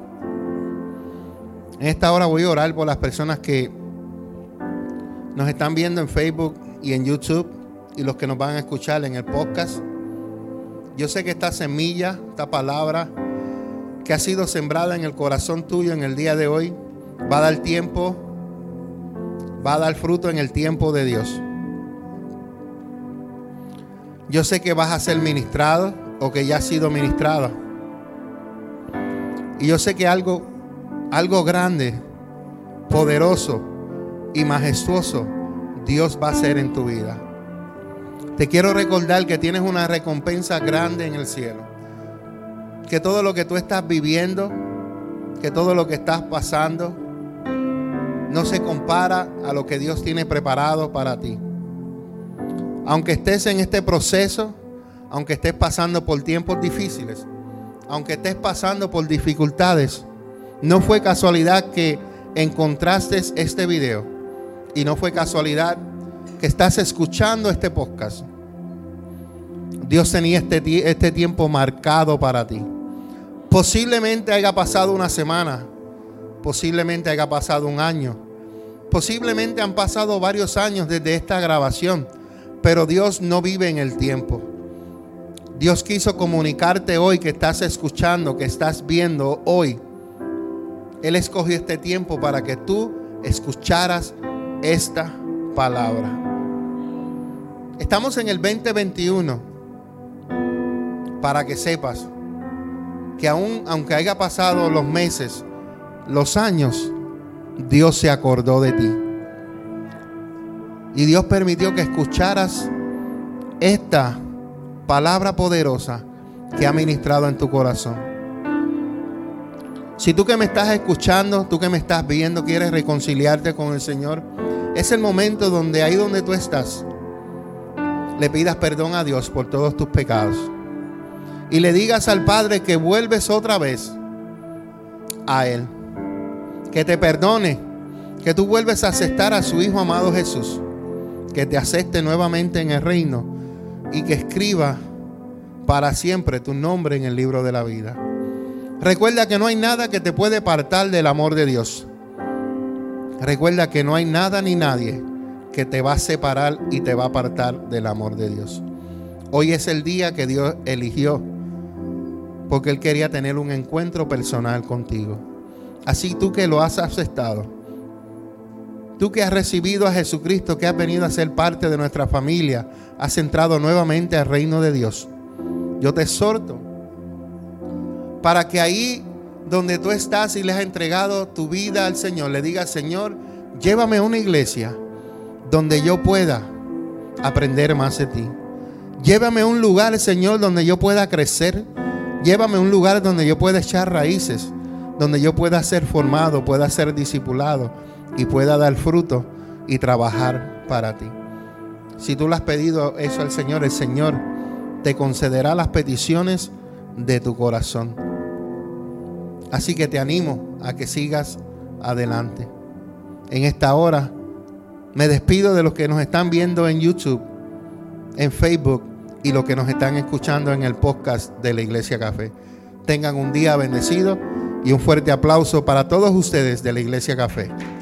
A: En esta hora voy a orar por las personas que nos están viendo en Facebook y en YouTube y los que nos van a escuchar en el podcast. Yo sé que esta semilla, esta palabra que ha sido sembrada en el corazón tuyo en el día de hoy, va a dar tiempo, va a dar fruto en el tiempo de Dios. Yo sé que vas a ser ministrado o que ya has sido ministrada. Y yo sé que algo, algo grande, poderoso y majestuoso Dios va a hacer en tu vida. Te quiero recordar que tienes una recompensa grande en el cielo. Que todo lo que tú estás viviendo, que todo lo que estás pasando, no se compara a lo que Dios tiene preparado para ti aunque estés en este proceso, aunque estés pasando por tiempos difíciles, aunque estés pasando por dificultades, no fue casualidad que encontraste este video y no fue casualidad que estás escuchando este podcast. Dios tenía este, ti- este tiempo marcado para ti. Posiblemente haya pasado una semana, posiblemente haya pasado un año, posiblemente han pasado varios años desde esta grabación, pero Dios no vive en el tiempo. Dios quiso comunicarte hoy que estás escuchando, que estás viendo hoy. Él escogió este tiempo para que tú escucharas esta palabra. Estamos en el 2021 para que sepas que aún aunque haya pasado los meses, los años, Dios se acordó de ti. Y Dios permitió que escucharas esta palabra poderosa que ha ministrado en tu corazón. Si tú que me estás escuchando, tú que me estás viendo, quieres reconciliarte con el Señor, es el momento donde ahí donde tú estás, le pidas perdón a Dios por todos tus pecados. Y le digas al Padre que vuelves otra vez a Él. Que te perdone. Que tú vuelves a aceptar a su Hijo amado Jesús que te acepte nuevamente en el reino y que escriba para siempre tu nombre en el libro de la vida. Recuerda que no hay nada que te puede apartar del amor de Dios. Recuerda que no hay nada ni nadie que te va a separar y te va a apartar del amor de Dios. Hoy es el día que Dios eligió porque Él quería tener un encuentro personal contigo. Así tú que lo has aceptado, Tú que has recibido a Jesucristo, que has venido a ser parte de nuestra familia, has entrado nuevamente al reino de Dios. Yo te exhorto para que ahí donde tú estás y le has entregado tu vida al Señor, le digas, Señor, llévame a una iglesia donde yo pueda aprender más de ti. Llévame a un lugar, Señor, donde yo pueda crecer. Llévame a un lugar donde yo pueda echar raíces, donde yo pueda ser formado, pueda ser discipulado y pueda dar fruto y trabajar para ti. Si tú le has pedido eso al Señor, el Señor te concederá las peticiones de tu corazón. Así que te animo a que sigas adelante. En esta hora me despido de los que nos están viendo en YouTube, en Facebook y los que nos están escuchando en el podcast de la Iglesia Café. Tengan un día bendecido y un fuerte aplauso para todos ustedes de la Iglesia Café.